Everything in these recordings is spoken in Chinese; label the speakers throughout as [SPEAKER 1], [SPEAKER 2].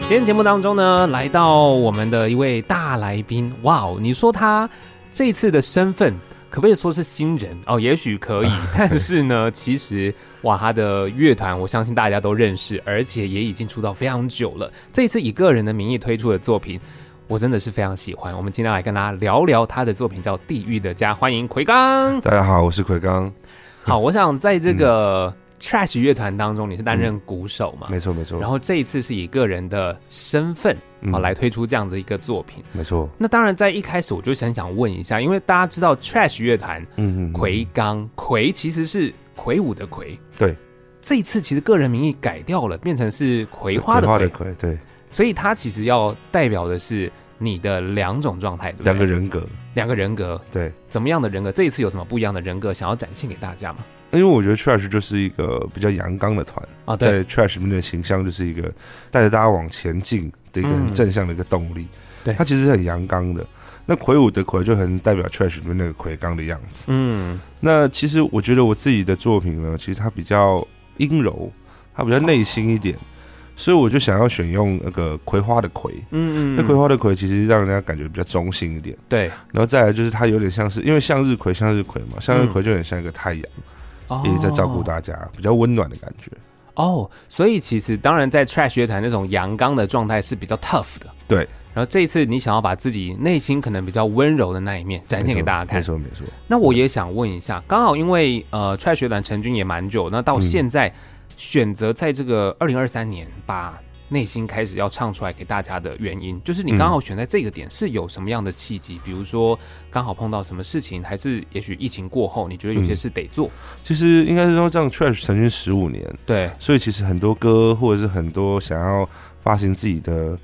[SPEAKER 1] 今天节目当中呢，来到我们的一位大来宾，哇哦！你说他这次的身份可不可以说是新人哦？也许可 以，但是呢，其实哇，他的乐团我相信大家都认识，而且也已经出道非常久了。这次以个人的名义推出的作品，我真的是非常喜欢。我们今天来跟大家聊聊他的作品，叫《地狱的家》，欢迎奎 刚。
[SPEAKER 2] 大家好，我是奎刚，
[SPEAKER 1] 好，我想在这个 Trash 乐团当中，你是担任鼓手嘛？
[SPEAKER 2] 嗯没错没错，
[SPEAKER 1] 然后这一次是以个人的身份
[SPEAKER 2] 嗯
[SPEAKER 1] 啊来推出这样的一个作品。
[SPEAKER 2] 没错，
[SPEAKER 1] 那当然，在一开始我就很想问一下，因为大家知道 Trash 乐团
[SPEAKER 2] 嗯嗯，
[SPEAKER 1] 魁刚魁其实是魁梧的魁，
[SPEAKER 2] 对，
[SPEAKER 1] 这一次其实个人名义改掉了，变成是葵花的
[SPEAKER 2] 花的
[SPEAKER 1] 葵，
[SPEAKER 2] 葵，对，
[SPEAKER 1] 所以它其实要代表的是你的两种状态，对不对？
[SPEAKER 2] 两个人格，
[SPEAKER 1] 两个人格，
[SPEAKER 2] 对，
[SPEAKER 1] 怎么样的人格？这一次有什么不一样的人格想要展现给大家吗？
[SPEAKER 2] 因为我觉得 Trash 就是一个比较阳刚的团，
[SPEAKER 1] 啊，对
[SPEAKER 2] 在 Trash 里面的形象就是一个带着大家往前进的一个很
[SPEAKER 1] 嗯
[SPEAKER 2] 正向的一个动力，
[SPEAKER 1] 对
[SPEAKER 2] 它其实是很阳刚的。那魁梧的魁就很代表 Trash 里面那个魁刚的样子。
[SPEAKER 1] 嗯，
[SPEAKER 2] 那其实我觉得我自己的作品呢，其实它比较阴柔，它比较内心一点，所以我就想要选用那个葵花的葵。
[SPEAKER 1] 嗯嗯，
[SPEAKER 2] 那葵花的葵其实让人家感觉比较中性一点。
[SPEAKER 1] 对，
[SPEAKER 2] 然后再来就是它有点像是，因为向日葵，向日葵嘛，向日葵就很像一个太阳，也在照顾
[SPEAKER 1] 嗯哦
[SPEAKER 2] 大家，比较温暖的感觉。
[SPEAKER 1] 哦，所以其实当然在 trash 乐坛那种阳刚的状态是比较 tough 的。
[SPEAKER 2] 对。
[SPEAKER 1] 然后这一次你想要把自己内心可能比较温柔的那一面展现给大家
[SPEAKER 2] 没
[SPEAKER 1] 看。
[SPEAKER 2] 错没错，
[SPEAKER 1] 那我也想问一下，刚好因为呃 trash 乐坛成军也蛮久，那到
[SPEAKER 2] 嗯
[SPEAKER 1] 现在、选择在这个二零二三年把内心开始要唱出来给大家的原因，就是你刚好选在这个点是有什么样的契机？比如说刚好碰到什么事情，还是也许疫情过后你觉得有些
[SPEAKER 2] 嗯
[SPEAKER 1] 事得做？
[SPEAKER 2] 其实应该是说这样 Trash 成军十五年，
[SPEAKER 1] 对，
[SPEAKER 2] 所以其实很多歌或者是很多想要发行自己的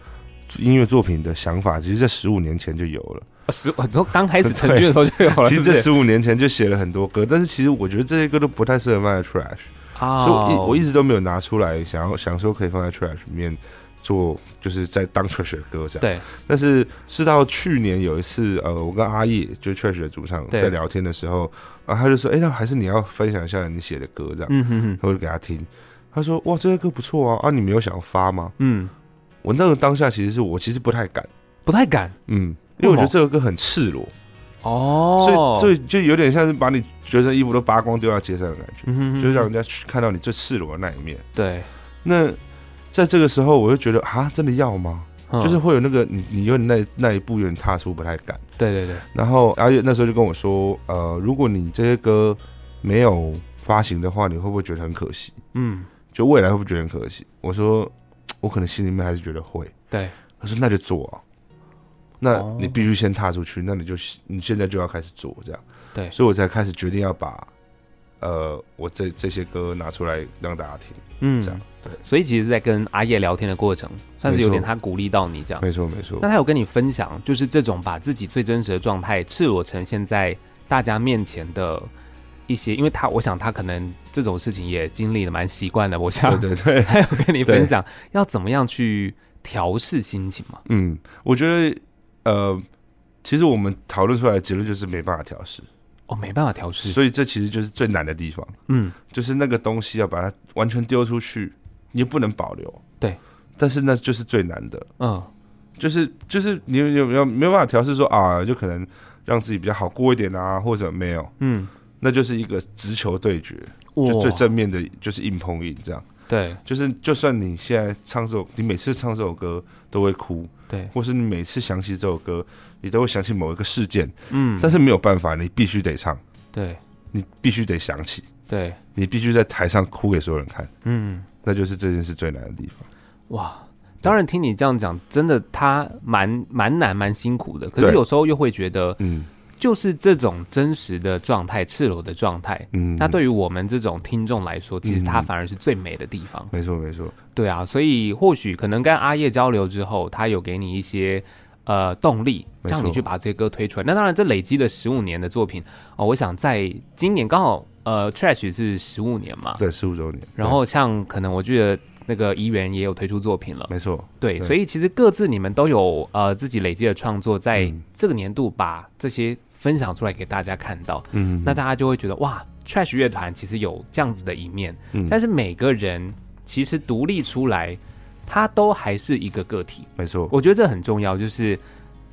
[SPEAKER 2] 音乐作品的想法，其实在十五年前就有了。
[SPEAKER 1] 呃十我都刚开始成军的时候就有了，
[SPEAKER 2] 其
[SPEAKER 1] 是
[SPEAKER 2] 实这
[SPEAKER 1] 不是
[SPEAKER 2] 十五年前就写了很多歌，但是其实我觉得这些歌都不太适合放在 Trash，、
[SPEAKER 1] 啊
[SPEAKER 2] 所以我一我一直都没有拿出来想要想说可以放在 Trash 里面做，就是在当 Trash 的歌这样。
[SPEAKER 1] 对，
[SPEAKER 2] 但是是到去年有一次，呃，我跟阿叶就 Trash 的主唱
[SPEAKER 1] 对
[SPEAKER 2] 在聊天的时候，啊，他就说，哎、那还是你要分享一下你写的歌这样，
[SPEAKER 1] 嗯哼哼，
[SPEAKER 2] 我就给他听，他说，哇，这些歌不错啊，啊，你没有想发吗？
[SPEAKER 1] 嗯，
[SPEAKER 2] 我那个当下其实是我其实不太敢，
[SPEAKER 1] 不太敢
[SPEAKER 2] 嗯，因为我觉得这个歌很赤裸，
[SPEAKER 1] 哦，
[SPEAKER 2] 所以所以就有点像是把你全身衣服都扒光丢到街上的感觉，
[SPEAKER 1] 嗯哼哼
[SPEAKER 2] 就是让人家去看到你最赤裸的那一面。
[SPEAKER 1] 对，
[SPEAKER 2] 那在这个时候，我就觉得啊，真的要吗？
[SPEAKER 1] 嗯
[SPEAKER 2] 就是会有那个你你有点那那一步有点踏出不太敢。
[SPEAKER 1] 对对对，
[SPEAKER 2] 然后阿月那时候就跟我说，呃，如果你这些歌没有发行的话，你会不会觉得很可惜？
[SPEAKER 1] 嗯，
[SPEAKER 2] 就未来会不会觉得很可惜？我说，嘖我可能心里面还是觉得会。
[SPEAKER 1] 对，
[SPEAKER 2] 他说那就做啊，那
[SPEAKER 1] 哦
[SPEAKER 2] 你必须先踏出去，那你就你现在就要开始做这样。
[SPEAKER 1] 对
[SPEAKER 2] 所以我才开始决定要把呃我这这些歌拿出来让大家听。
[SPEAKER 1] 嗯，
[SPEAKER 2] 这样对
[SPEAKER 1] 所以其实，在跟阿叶聊天的过程，算是有点
[SPEAKER 2] 没错
[SPEAKER 1] 他鼓励到你这样。
[SPEAKER 2] 没错没错
[SPEAKER 1] 哦那，他有跟你分享，就是这种把自己最真实的状态赤裸呈现在大家面前的一些，因为他，我想他可能这种事情也经历的蛮习惯的，我想
[SPEAKER 2] 对对对，
[SPEAKER 1] 他有跟你
[SPEAKER 2] 对
[SPEAKER 1] 分享要怎么样去调试心情嘛？
[SPEAKER 2] 嗯，我觉得呃，其实我们讨论出来的结论就是没办法调试，
[SPEAKER 1] 哦，没办法调试，
[SPEAKER 2] 所以这其实就是最难的地方，
[SPEAKER 1] 嗯，
[SPEAKER 2] 就是那个东西要把它完全丢出去，你又不能保留。
[SPEAKER 1] 对，
[SPEAKER 2] 但是那就是最难的。
[SPEAKER 1] 嗯，
[SPEAKER 2] 就是就是你有有没有没有办法调试说啊，就可能让自己比较好过一点啊，或者没有，
[SPEAKER 1] 嗯，
[SPEAKER 2] 那就是一个直球对决，
[SPEAKER 1] 哇
[SPEAKER 2] 就最正面的就是硬碰硬这样。
[SPEAKER 1] 对
[SPEAKER 2] 就是就算你现在唱这首，你每次唱这首歌都会哭，
[SPEAKER 1] 对，
[SPEAKER 2] 或是你每次想起这首歌，你都会想起某一个事件，
[SPEAKER 1] 嗯，
[SPEAKER 2] 但是没有办法，你必须得唱，
[SPEAKER 1] 对
[SPEAKER 2] 你必须得想起，
[SPEAKER 1] 对，
[SPEAKER 2] 你必须在台上哭给所有人看，
[SPEAKER 1] 嗯，
[SPEAKER 2] 那就是这件事最难的地方。
[SPEAKER 1] 哇。当然，听你这样讲，真的他蛮蛮难、蛮辛苦的。可是
[SPEAKER 2] 对
[SPEAKER 1] 有时候又会觉得，
[SPEAKER 2] 嗯
[SPEAKER 1] 就是这种真实的状态、赤裸的状态，
[SPEAKER 2] 嗯，
[SPEAKER 1] 那对于我们这种听众来说，其实它
[SPEAKER 2] 嗯
[SPEAKER 1] 反而是最美的地方。
[SPEAKER 2] 没错没错，
[SPEAKER 1] 对啊，所以或许可能跟阿叶交流之后，他有给你一些呃动力，
[SPEAKER 2] 没错
[SPEAKER 1] 让你去把这些歌推出来。那当然，这累积了十五年的作品哦，我想在今年刚好呃 Trash 是十五年嘛，
[SPEAKER 2] 对，十五周年，
[SPEAKER 1] 然后像可能我记得那个怡园也有推出作品了
[SPEAKER 2] 对，没错，
[SPEAKER 1] 对，
[SPEAKER 2] 对
[SPEAKER 1] 所以其实各自你们都有呃自己累积的创作，在
[SPEAKER 2] 嗯
[SPEAKER 1] 这个年度把这些分享出来给大家看到，
[SPEAKER 2] 嗯
[SPEAKER 1] 那大家就会觉得哇，Trash 乐团其实有这样子的一面，
[SPEAKER 2] 嗯
[SPEAKER 1] 但是每个人其实独立出来，他都还是一个个体。
[SPEAKER 2] 没错，
[SPEAKER 1] 我觉得这很重要，就是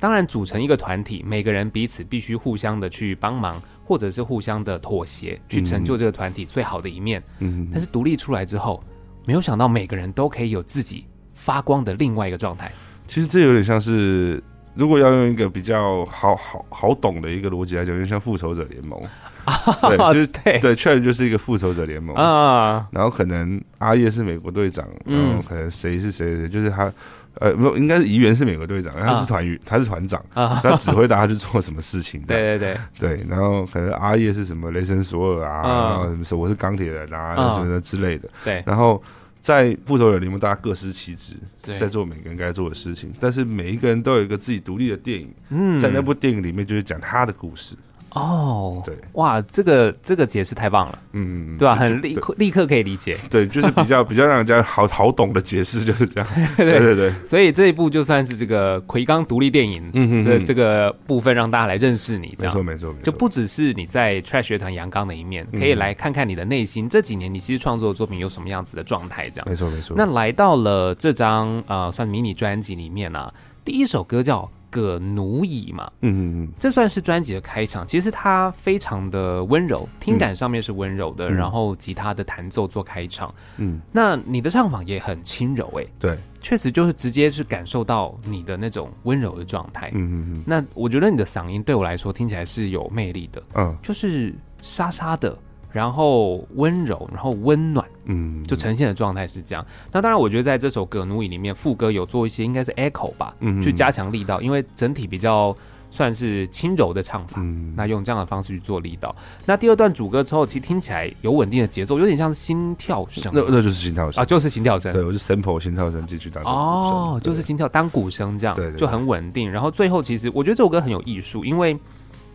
[SPEAKER 1] 当然组成一个团体，每个人彼此必须互相的去帮忙，或者是互相的妥协，去成就这个团体最好的一面。
[SPEAKER 2] 嗯
[SPEAKER 1] 但，是独立出来之后，没有想到每个人都可以有自己发光的另外一个状态。
[SPEAKER 2] 其实这有点像是，如果要用一个比较好好好懂的一个逻辑来讲，就像复仇者联盟， 对，就是
[SPEAKER 1] 啊对
[SPEAKER 2] 对，确实就是一个复仇者联盟。
[SPEAKER 1] 啊，
[SPEAKER 2] 然后可能阿叶是美国队长，
[SPEAKER 1] 嗯
[SPEAKER 2] 嗯，可能谁是谁谁，就是他，呃，不，应该是怡园是美国队长，他
[SPEAKER 1] 啊
[SPEAKER 2] 是团员，他是团长，
[SPEAKER 1] 啊
[SPEAKER 2] 他指挥大家去做什么事情这
[SPEAKER 1] 对
[SPEAKER 2] 样。
[SPEAKER 1] 对对，
[SPEAKER 2] 对，然后可能阿叶是什么雷神索尔啊，
[SPEAKER 1] 嗯
[SPEAKER 2] 然后什么是我是钢铁人啊，
[SPEAKER 1] 嗯
[SPEAKER 2] 什么的之类的。
[SPEAKER 1] 对
[SPEAKER 2] 然后在复仇者联盟，大家各司其职，
[SPEAKER 1] 对
[SPEAKER 2] 在做每个人该做的事情，但是每一个人都有一个自己独立的电影，
[SPEAKER 1] 嗯
[SPEAKER 2] 在那部电影里面就是讲他的故事。
[SPEAKER 1] 哦，
[SPEAKER 2] 对，
[SPEAKER 1] 哇，这个这个解释太棒了，
[SPEAKER 2] 嗯，
[SPEAKER 1] 对吧？
[SPEAKER 2] 就
[SPEAKER 1] 很立刻立刻可以理解，
[SPEAKER 2] 对，就是比较比较让人家好好懂的解释就是这样。
[SPEAKER 1] 对
[SPEAKER 2] 对对对，
[SPEAKER 1] 所以这一部就算是这个奎刚独立电影
[SPEAKER 2] 嗯嗯
[SPEAKER 1] 的
[SPEAKER 2] 嗯
[SPEAKER 1] 这个部分，让大家来认识你，这
[SPEAKER 2] 没错
[SPEAKER 1] 样
[SPEAKER 2] 没错没错，
[SPEAKER 1] 就不只是你在 Trash 乐团阳刚的一面，可以来看看你的内心。这几年你其实创作的作品有什么样子的状态，这样。
[SPEAKER 2] 没错没错。
[SPEAKER 1] 那来到了这张呃算迷你专辑里面啊，第一首歌叫《葛奴乙》嘛，
[SPEAKER 2] 嗯嗯嗯，
[SPEAKER 1] 这算是专辑的开场。其实它非常的温柔，听感上面是温柔的，
[SPEAKER 2] 嗯
[SPEAKER 1] 然后吉他的弹奏做开场。
[SPEAKER 2] 嗯，
[SPEAKER 1] 那你的唱法也很轻柔、诶，
[SPEAKER 2] 对，
[SPEAKER 1] 确实就是直接是感受到你的那种温柔的状态。
[SPEAKER 2] 嗯嗯
[SPEAKER 1] 那我觉得你的嗓音对我来说听起来是有魅力的，
[SPEAKER 2] 嗯
[SPEAKER 1] 就是沙沙的，然后温柔，然后温暖。
[SPEAKER 2] 嗯嗯，
[SPEAKER 1] 就呈现的状态是这样。那当然，我觉得在这首《葛奴乙》里面，副歌有做一些应该是 echo 吧，
[SPEAKER 2] 嗯
[SPEAKER 1] 去加强力道，因为整体比较算是轻柔的唱法。
[SPEAKER 2] 嗯
[SPEAKER 1] 那用这样的方式去做力道。那第二段主歌之后，其实听起来有稳定的节奏，有点像是心跳声
[SPEAKER 2] 那那就是心跳声
[SPEAKER 1] 啊，，就是心跳声。
[SPEAKER 2] 对，我是 sample 心跳声进去当成鼓声
[SPEAKER 1] 哦，就是
[SPEAKER 2] 对
[SPEAKER 1] 心跳当鼓声这样，
[SPEAKER 2] 对对对
[SPEAKER 1] 就很稳定。然后最后其实我觉得这首歌很有艺术，因为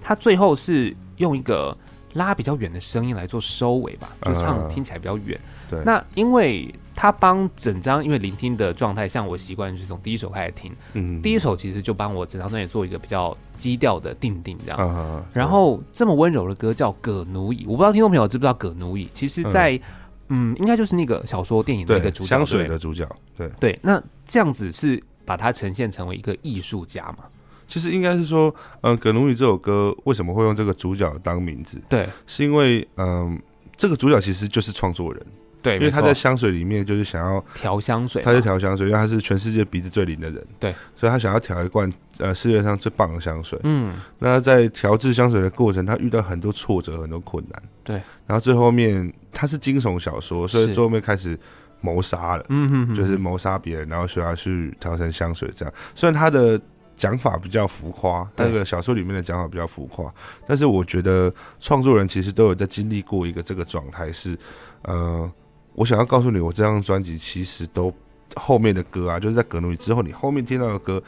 [SPEAKER 1] 它最后是用一个拉比较远的声音来做收尾吧，就唱
[SPEAKER 2] 嗯
[SPEAKER 1] 听起来比较远。
[SPEAKER 2] 对
[SPEAKER 1] 那因为它帮整张因为聆听的状态，像我习惯是从第一首开始听，
[SPEAKER 2] 嗯
[SPEAKER 1] 第一首其实就帮我整张专辑做一个比较基调的定定这样。
[SPEAKER 2] 啊，
[SPEAKER 1] 然后这么温柔的歌叫《葛奴乙》，我不知道听众朋友知不知道《葛奴乙》，其实在嗯应该就是那个小说、电影的
[SPEAKER 2] 对
[SPEAKER 1] 那个主角
[SPEAKER 2] 香
[SPEAKER 1] 对
[SPEAKER 2] 水
[SPEAKER 1] 不对
[SPEAKER 2] 的主角，对，
[SPEAKER 1] 对，那这样子是把它呈现成为一个艺术家嘛？
[SPEAKER 2] 其实应该是说，嗯、葛奴语这首歌为什么会用这个主角当名字，
[SPEAKER 1] 对
[SPEAKER 2] 是因为嗯、这个主角其实就是创作人，
[SPEAKER 1] 对，
[SPEAKER 2] 因为
[SPEAKER 1] 没
[SPEAKER 2] 他
[SPEAKER 1] 错
[SPEAKER 2] 在香水里面就是想要，
[SPEAKER 1] 调香水嘛，
[SPEAKER 2] 他就调香水，因为他是全世界鼻子最灵的人，
[SPEAKER 1] 对，
[SPEAKER 2] 所以他想要调一罐呃世界上最棒的香水。
[SPEAKER 1] 嗯，
[SPEAKER 2] 那他在调制香水的过程，他遇到很多挫折，很多困难，
[SPEAKER 1] 对，
[SPEAKER 2] 然后最后面他是惊悚小说，所
[SPEAKER 1] 是
[SPEAKER 2] 以最后面开始谋杀了。
[SPEAKER 1] 嗯哼哼，
[SPEAKER 2] 就是谋杀别人，然后说要去调成香水这样。虽然他的讲法比较浮夸，
[SPEAKER 1] 对
[SPEAKER 2] 那个小说里面的讲法比较浮夸，但是我觉得创作人其实都有在经历过一个这个状态，是呃，我想要告诉你，我这张专辑其实都后面的歌啊，就是在格努里之后，你后面听到的歌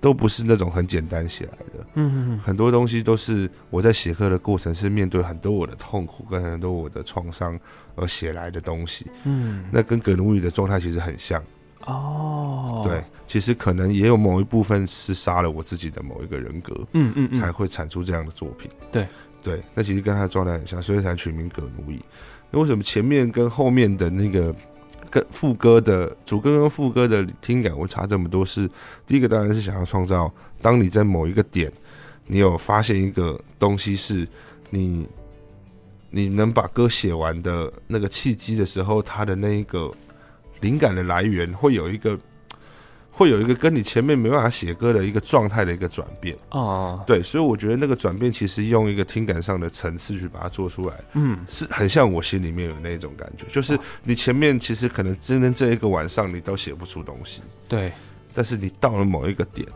[SPEAKER 2] 都不是那种很简单写来的，
[SPEAKER 1] 嗯哼哼，
[SPEAKER 2] 很多东西都是我在写歌的过程是面对很多我的痛苦跟很多我的创伤而写来的东西。
[SPEAKER 1] 嗯，
[SPEAKER 2] 那跟格努里的状态其实很像。
[SPEAKER 1] 哦，
[SPEAKER 2] 对，，其实可能也有某一部分是杀了我自己的某一个人格，
[SPEAKER 1] 嗯嗯
[SPEAKER 2] 才
[SPEAKER 1] 嗯，
[SPEAKER 2] 会产出这样的作品。
[SPEAKER 1] 对
[SPEAKER 2] 对，那其实跟他的状态很像，所以才取名葛奴乙。那为什么前面跟后面的那个跟副歌的主歌跟副歌的听感会差这么多是？第一个当然是想要创造，当你在某一个点，你有发现一个东西是你。你能把歌写完的那个契机的时候，它的那一个灵感的来源会有一个，会有一个跟你前面没办法写歌的一个状态的一个转变。
[SPEAKER 1] 哦，
[SPEAKER 2] 对，所以我觉得那个转变其实用一个听感上的层次去把它做出来，
[SPEAKER 1] 嗯，
[SPEAKER 2] 是很像我心里面有那种感觉，就是你前面其实可能真的这一个晚上你都写不出东西，
[SPEAKER 1] 对，
[SPEAKER 2] 但是你到了某一个点，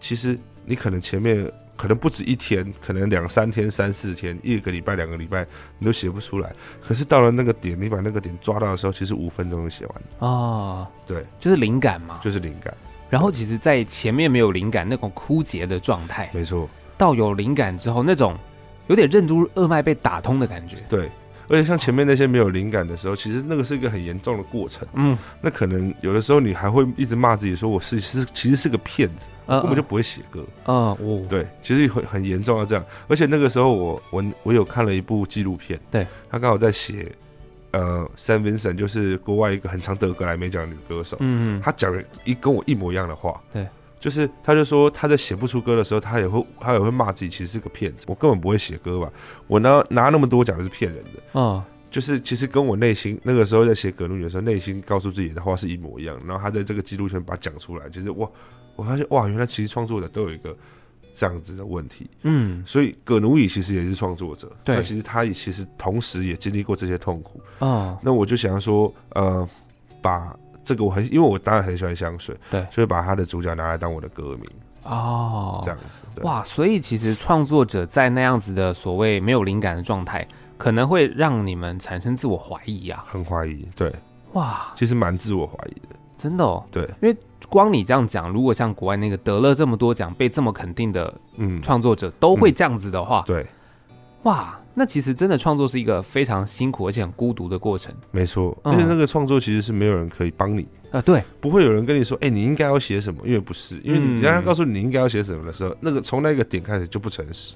[SPEAKER 2] 其实你可能前面可能不止一天，可能两三天、三四天、一个礼拜、两个礼拜你都写不出来，可是到了那个点，你把那个点抓到的时候，其实五分钟就写完了，
[SPEAKER 1] 哦，
[SPEAKER 2] 对，
[SPEAKER 1] 就是灵感嘛。
[SPEAKER 2] 就是灵感，
[SPEAKER 1] 然后其实，在前面没有灵感那种枯竭的状态，
[SPEAKER 2] 没错。
[SPEAKER 1] 到有灵感之后，那种有点任督二脉被打通的感觉。
[SPEAKER 2] 对，而且像前面那些没有灵感的时候，其实那个是一个很严重的过程。
[SPEAKER 1] 嗯，
[SPEAKER 2] 那可能有的时候你还会一直骂自己说我是是其实是个骗子，
[SPEAKER 1] 呃
[SPEAKER 2] 根本就不会写歌。
[SPEAKER 1] 嗯，我
[SPEAKER 2] 对，其实很很严重到这样。而且那个时候我我我有看了一部纪录片，
[SPEAKER 1] 对，
[SPEAKER 2] 他刚好在写。呃 San Vincent，就是国外一个很常得格莱美奖的女歌手，
[SPEAKER 1] 嗯，
[SPEAKER 2] 她讲了一跟我一模一样的话，
[SPEAKER 1] 对，
[SPEAKER 2] 就是她就说她在写不出歌的时候，她也会她也会骂自己其实是个骗子，我根本不会写歌吧，我拿拿那么多奖是骗人的，
[SPEAKER 1] 哦，
[SPEAKER 2] 就是其实跟我内心那个时候在写《葛鲁女》的时候，内心告诉自己的话是一模一样。然后他在这个纪录片把它讲出来，就是哇，我发现哇，原来其实创作者都有一个这样子的问题。
[SPEAKER 1] 嗯，
[SPEAKER 2] 所以葛奴乙其实也是创作者，
[SPEAKER 1] 对
[SPEAKER 2] 那其实他也其实同时也经历过这些痛苦。
[SPEAKER 1] 哦，
[SPEAKER 2] 那我就想要说，呃，把这个我很，因为我当然很喜欢香水，
[SPEAKER 1] 对
[SPEAKER 2] 所以把他的主角拿来当我的歌名，
[SPEAKER 1] 哦，
[SPEAKER 2] 这样子。对，
[SPEAKER 1] 哇，所以其实创作者在那样子的所谓没有灵感的状态，可能会让你们产生自我怀疑啊！
[SPEAKER 2] 很怀疑，对，
[SPEAKER 1] 哇，
[SPEAKER 2] 其实蛮自我怀疑的，
[SPEAKER 1] 真的哦，
[SPEAKER 2] 对，
[SPEAKER 1] 光你这样讲，如果像国外那个得了这么多奖、被这么肯定的
[SPEAKER 2] 嗯，
[SPEAKER 1] 创作者都会这样子的话，
[SPEAKER 2] 对，
[SPEAKER 1] 哇，那其实真的创作是一个非常辛苦而且很孤独的过程
[SPEAKER 2] 没错，
[SPEAKER 1] 嗯
[SPEAKER 2] 而且那个创作其实是没有人可以帮你
[SPEAKER 1] 啊、对，
[SPEAKER 2] 不会有人跟你说，哎、你应该要写什么，因为不是，因为
[SPEAKER 1] 嗯
[SPEAKER 2] 你刚刚告诉你你应该要写什么的时候，那个从那个点开始就不诚实。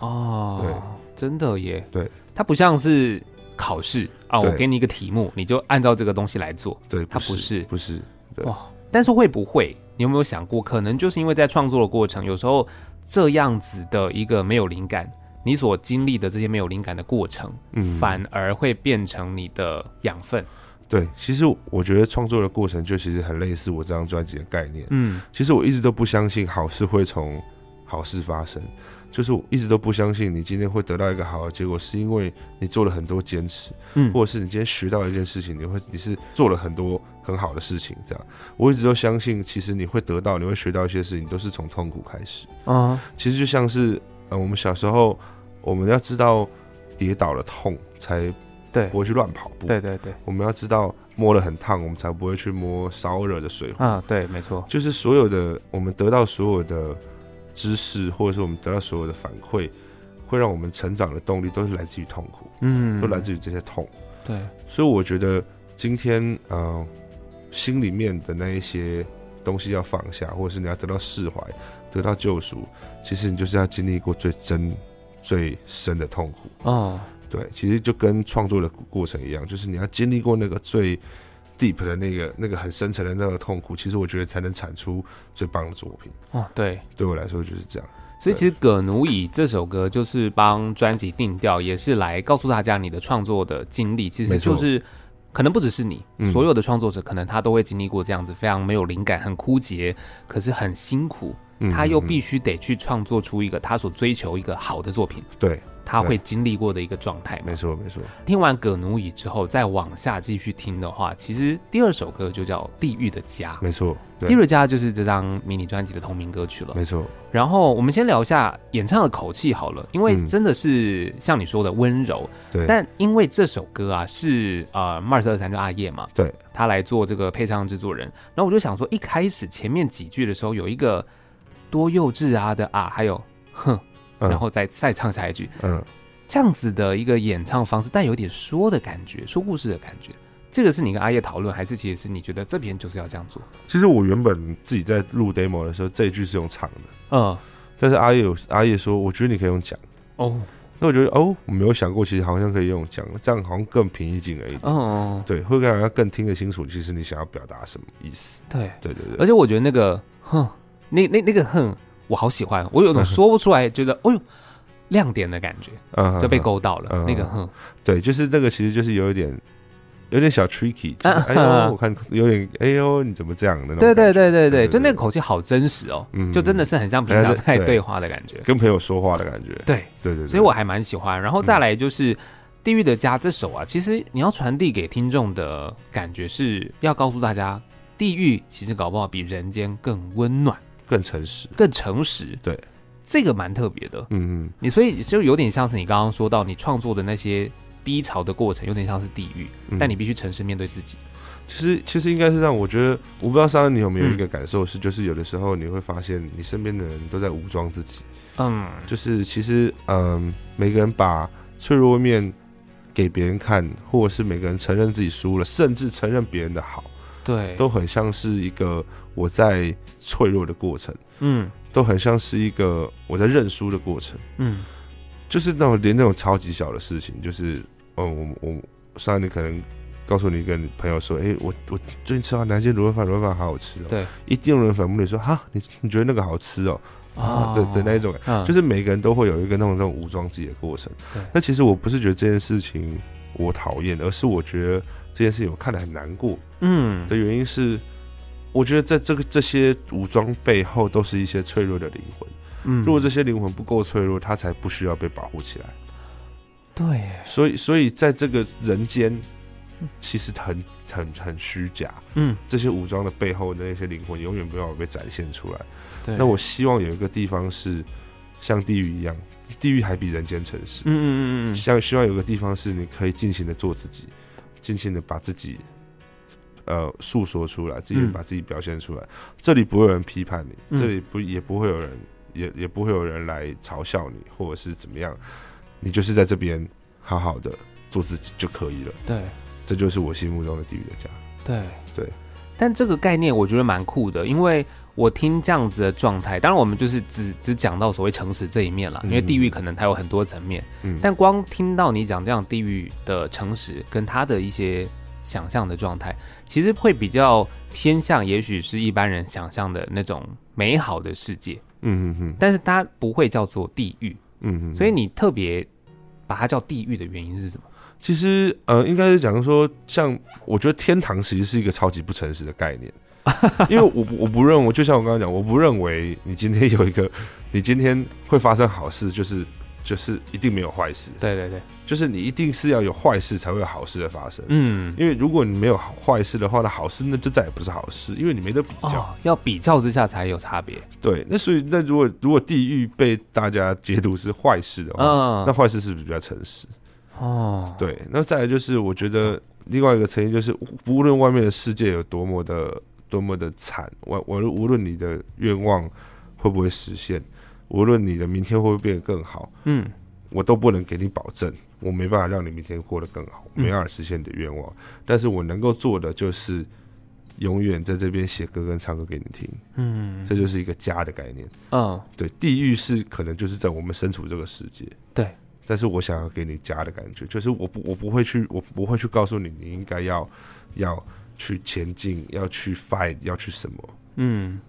[SPEAKER 1] 哦，真的耶，
[SPEAKER 2] 对，
[SPEAKER 1] 它不像是考试啊，我
[SPEAKER 2] 对
[SPEAKER 1] 给你一个题目，你就按照这个东西来做，
[SPEAKER 2] 对，
[SPEAKER 1] 它
[SPEAKER 2] 不
[SPEAKER 1] 不是
[SPEAKER 2] 不是，对
[SPEAKER 1] 哇！但是会不会，你有没有想过，可能就是因为在创作的过程，有时候这样子的一个没有灵感，你所经历的这些没有灵感的过程，
[SPEAKER 2] 嗯
[SPEAKER 1] 反而会变成你的养分。
[SPEAKER 2] 对。其实我觉得创作的过程就其实很类似我这张专辑的概念。
[SPEAKER 1] 嗯，
[SPEAKER 2] 其实我一直都不相信好事会从好事发生，就是我一直都不相信你今天会得到一个好的结果，是因为你做了很多坚持。
[SPEAKER 1] 嗯
[SPEAKER 2] 或者是你今天学到一件事情，你会你是做了很多很好的事情，这样。我一直都相信，其实你会得到，你会学到一些事情，都是从痛苦开始。
[SPEAKER 1] 啊，
[SPEAKER 2] 其实就像是呃，我们小时候，我们要知道跌倒了痛，才
[SPEAKER 1] 对
[SPEAKER 2] 不会去乱跑步。
[SPEAKER 1] 对，对对，
[SPEAKER 2] 我们要知道摸了很烫，我们才不会去摸烧热的水壶。
[SPEAKER 1] 啊，对，没错，
[SPEAKER 2] 就是所有的我们得到所有的知识，或者是我们得到所有的反馈，会让我们成长的动力都是来自于痛苦，
[SPEAKER 1] 嗯，
[SPEAKER 2] 都来自于这些痛。
[SPEAKER 1] 对，
[SPEAKER 2] 所以我觉得今天呃，心里面的那一些东西要放下，或者是你要得到释怀、得到救赎，其实你就是要经历过最真、最深的痛苦。
[SPEAKER 1] 哦，
[SPEAKER 2] 对，其实就跟创作的过程一样，就是你要经历过那个最 deep 的那个、那个很深层的那个痛苦，其实我觉得才能产出最棒的作品。
[SPEAKER 1] 哦，对。
[SPEAKER 2] 对我来说就是这样。
[SPEAKER 1] 所以其实《葛奴乙》这首歌就是帮专辑定调，也是来告诉大家你的创作的经历，其实
[SPEAKER 2] 没错
[SPEAKER 1] 就是可能不只是你，
[SPEAKER 2] 嗯
[SPEAKER 1] 所有的创作者可能他都会经历过这样子非常没有灵感、很枯竭，可是很辛苦，
[SPEAKER 2] 嗯
[SPEAKER 1] 他又必须得去创作出一个他所追求一个好的作品，
[SPEAKER 2] 对，
[SPEAKER 1] 他会经历过的一个状态嘛。
[SPEAKER 2] 没错没错，
[SPEAKER 1] 听完《葛奴乙》之后，再往下继续听的话，其实第二首歌就叫《地狱的家》。
[SPEAKER 2] 没错，
[SPEAKER 1] 《地
[SPEAKER 2] 对
[SPEAKER 1] 狱，的家》就是这张迷你专辑的同名歌曲了。
[SPEAKER 2] 没错，
[SPEAKER 1] 然后我们先聊一下演唱的口气好了，因为
[SPEAKER 2] 嗯
[SPEAKER 1] 真的是像你说的温柔，
[SPEAKER 2] 对，
[SPEAKER 1] 但因为这首歌啊是呃 Mars 二三就阿叶嘛，
[SPEAKER 2] 对，
[SPEAKER 1] 他来做这个配唱制作人，然后我就想说一开始前面几句的时候有一个多幼稚啊的啊，还有哼，
[SPEAKER 2] 嗯
[SPEAKER 1] 然后再再唱下一句，
[SPEAKER 2] 嗯，
[SPEAKER 1] 这样子的一个演唱方式带有点说的感觉，说故事的感觉。这个是你跟阿叶讨论，还是其实是你觉得这篇就是要这样做？
[SPEAKER 2] 其实我原本自己在录 demo 的时候，这一句是用唱的，
[SPEAKER 1] 嗯，
[SPEAKER 2] 但是阿叶有阿叶说，我觉得你可以用讲。
[SPEAKER 1] 哦，
[SPEAKER 2] 那我觉得哦，我没有想过，其实好像可以用讲，这样好像更平易近人一点。
[SPEAKER 1] 哦，
[SPEAKER 2] 对，会让人家更听得清楚，其实你想要表达什么意思。
[SPEAKER 1] 对，
[SPEAKER 2] 对对
[SPEAKER 1] 而
[SPEAKER 2] 对，
[SPEAKER 1] 且我觉得那个哼，那那那个哼，我好喜欢，我有一种说不出来，觉得哦呦亮点的感觉，
[SPEAKER 2] 嗯
[SPEAKER 1] 呃就被
[SPEAKER 2] 勾。
[SPEAKER 1] 勾到了、
[SPEAKER 2] 嗯
[SPEAKER 1] 那个哼，
[SPEAKER 2] 对，就是那个，其实就是有一点，有点小 tricky，就是、
[SPEAKER 1] 啊
[SPEAKER 2] 哎呦，我看有点，哎呦，你怎么这样的？
[SPEAKER 1] 对对，对对
[SPEAKER 2] 对
[SPEAKER 1] 对，
[SPEAKER 2] 对
[SPEAKER 1] 就那个口气好真实哦，
[SPEAKER 2] 嗯
[SPEAKER 1] 就真的是很像平常
[SPEAKER 2] 哎
[SPEAKER 1] 在
[SPEAKER 2] 对
[SPEAKER 1] 对话的感觉，
[SPEAKER 2] 跟朋友说话的感觉。
[SPEAKER 1] 对，
[SPEAKER 2] 对对对，
[SPEAKER 1] 所以我还蛮喜欢。然后再来就是。地狱的家》这首啊，其实你要传递给听众的感觉是要告诉大家，地狱其实搞不好比人间更温暖、
[SPEAKER 2] 更诚实。
[SPEAKER 1] 更诚实。
[SPEAKER 2] 对，
[SPEAKER 1] 这个蛮特别的。
[SPEAKER 2] 嗯嗯，
[SPEAKER 1] 你所以就有点像是你刚刚说到你创作的那些低潮的过程，有点像是地狱，
[SPEAKER 2] 嗯
[SPEAKER 1] 但你必须诚实面对自己。
[SPEAKER 2] 其实其实应该是让我觉得，我不知道莎恩你有没有一个感受是，就是有的时候你会发现你身边的人都在武装自己。
[SPEAKER 1] 嗯，
[SPEAKER 2] 就是其实嗯，每个人把脆弱面给别人看，或者是每个人承认自己输了，甚至承认别人的好，
[SPEAKER 1] 对，
[SPEAKER 2] 都很像是一个我在脆弱的过程，
[SPEAKER 1] 嗯
[SPEAKER 2] 都很像是一个我在认输的过程，
[SPEAKER 1] 嗯
[SPEAKER 2] 就是那种连那种超级小的事情，就是嗯，我我上你可能告诉你一个朋友说，哎、我我最近吃到南京卤肉饭，卤肉饭好好吃哦。
[SPEAKER 1] 对，
[SPEAKER 2] 一定有人反驳你说，哈，你你觉得那个好吃哦？
[SPEAKER 1] 哦
[SPEAKER 2] 对对，那一种感
[SPEAKER 1] 嗯，
[SPEAKER 2] 就是是每个人都会有一个那种那种武装自己的过程
[SPEAKER 1] 对。
[SPEAKER 2] 那其实我不是觉得这件事情我讨厌，而是我觉得这件事情我看得很难过
[SPEAKER 1] 嗯，
[SPEAKER 2] 的原因是，我觉得在这个这些武装背后都是一些脆弱的灵魂。
[SPEAKER 1] 嗯
[SPEAKER 2] 如果这些灵魂不够脆弱，它才不需要被保护起来。
[SPEAKER 1] 对耶，
[SPEAKER 2] 所以，所以在这个人间，其实很很很虚假。
[SPEAKER 1] 嗯，
[SPEAKER 2] 这些武装的背后的那些灵魂，永远没有办法被展现出来。
[SPEAKER 1] 对，
[SPEAKER 2] 那我希望有一个地方是像地狱一样，地狱还比人间诚实。
[SPEAKER 1] 嗯，嗯嗯嗯嗯，
[SPEAKER 2] 像希望有个地方是你可以尽情的做自己，尽情的把自己呃诉说出来，尽情地
[SPEAKER 1] 嗯
[SPEAKER 2] 把自己表现出来。这里不会有人批判你，
[SPEAKER 1] 嗯
[SPEAKER 2] 这里不也不会有人也也不会有人来嘲笑你，或者是怎么样，你就是在这边好好的做自己就可以了。
[SPEAKER 1] 对
[SPEAKER 2] 这就是我心目中的地狱的家。
[SPEAKER 1] 对
[SPEAKER 2] 对。
[SPEAKER 1] 但这个概念我觉得蛮酷的，因为我听这样子的状态，当然我们就是只只讲到所谓诚实这一面了，因为地狱
[SPEAKER 2] 嗯
[SPEAKER 1] 可能它有很多层面。
[SPEAKER 2] 嗯，
[SPEAKER 1] 但光听到你讲这样地狱的诚实跟他的一些想象的状态，其实会比较偏向，也许是一般人想象的那种美好的世界，
[SPEAKER 2] 嗯嗯嗯
[SPEAKER 1] 但是它不会叫做地狱。
[SPEAKER 2] 嗯嗯，
[SPEAKER 1] 所以你特别把它叫地狱的原因是什么？
[SPEAKER 2] 其实，呃，应该是讲说，像我觉得天堂其实是一个超级不诚实的概念，因为我不我不认为，就像我刚刚讲，我不认为你今天有一个， 你今天会发生好事，就是就是一定没有坏事，
[SPEAKER 1] 对对对，
[SPEAKER 2] 就是你一定是要有坏事才会有好事的发生。
[SPEAKER 1] 嗯，
[SPEAKER 2] 因为如果你没有好坏事的话，那好事那就再也不是好事，因为你没得比较。
[SPEAKER 1] 哦，要比较之下才有差别。
[SPEAKER 2] 对，那所以那如果如果地狱被大家解读是坏事的话，那
[SPEAKER 1] 嗯，
[SPEAKER 2] 坏事是不是比较诚实？
[SPEAKER 1] 哦，
[SPEAKER 2] 对，那再来就是我觉得另外一个成因就是，无论外面的世界有多么的多么的惨，我我无论你的愿望会不会实现，无论你的明天会不会变得更好，
[SPEAKER 1] 嗯，
[SPEAKER 2] 我都不能给你保证，我没办法让你明天过得更好，
[SPEAKER 1] 嗯
[SPEAKER 2] 没办法实现你的愿望，但是我能够做的就是。永远在这边写歌跟唱歌给你听，
[SPEAKER 1] 嗯，
[SPEAKER 2] 这就是一个家的概念。
[SPEAKER 1] 嗯，
[SPEAKER 2] 对，地狱是可能就是在我们身处这个世界，
[SPEAKER 1] 对，
[SPEAKER 2] 但是我想要给你家的感觉，就是我不我不会去我不会去告诉你你应该要要去前进，要去 fight，要去什么，
[SPEAKER 1] 嗯，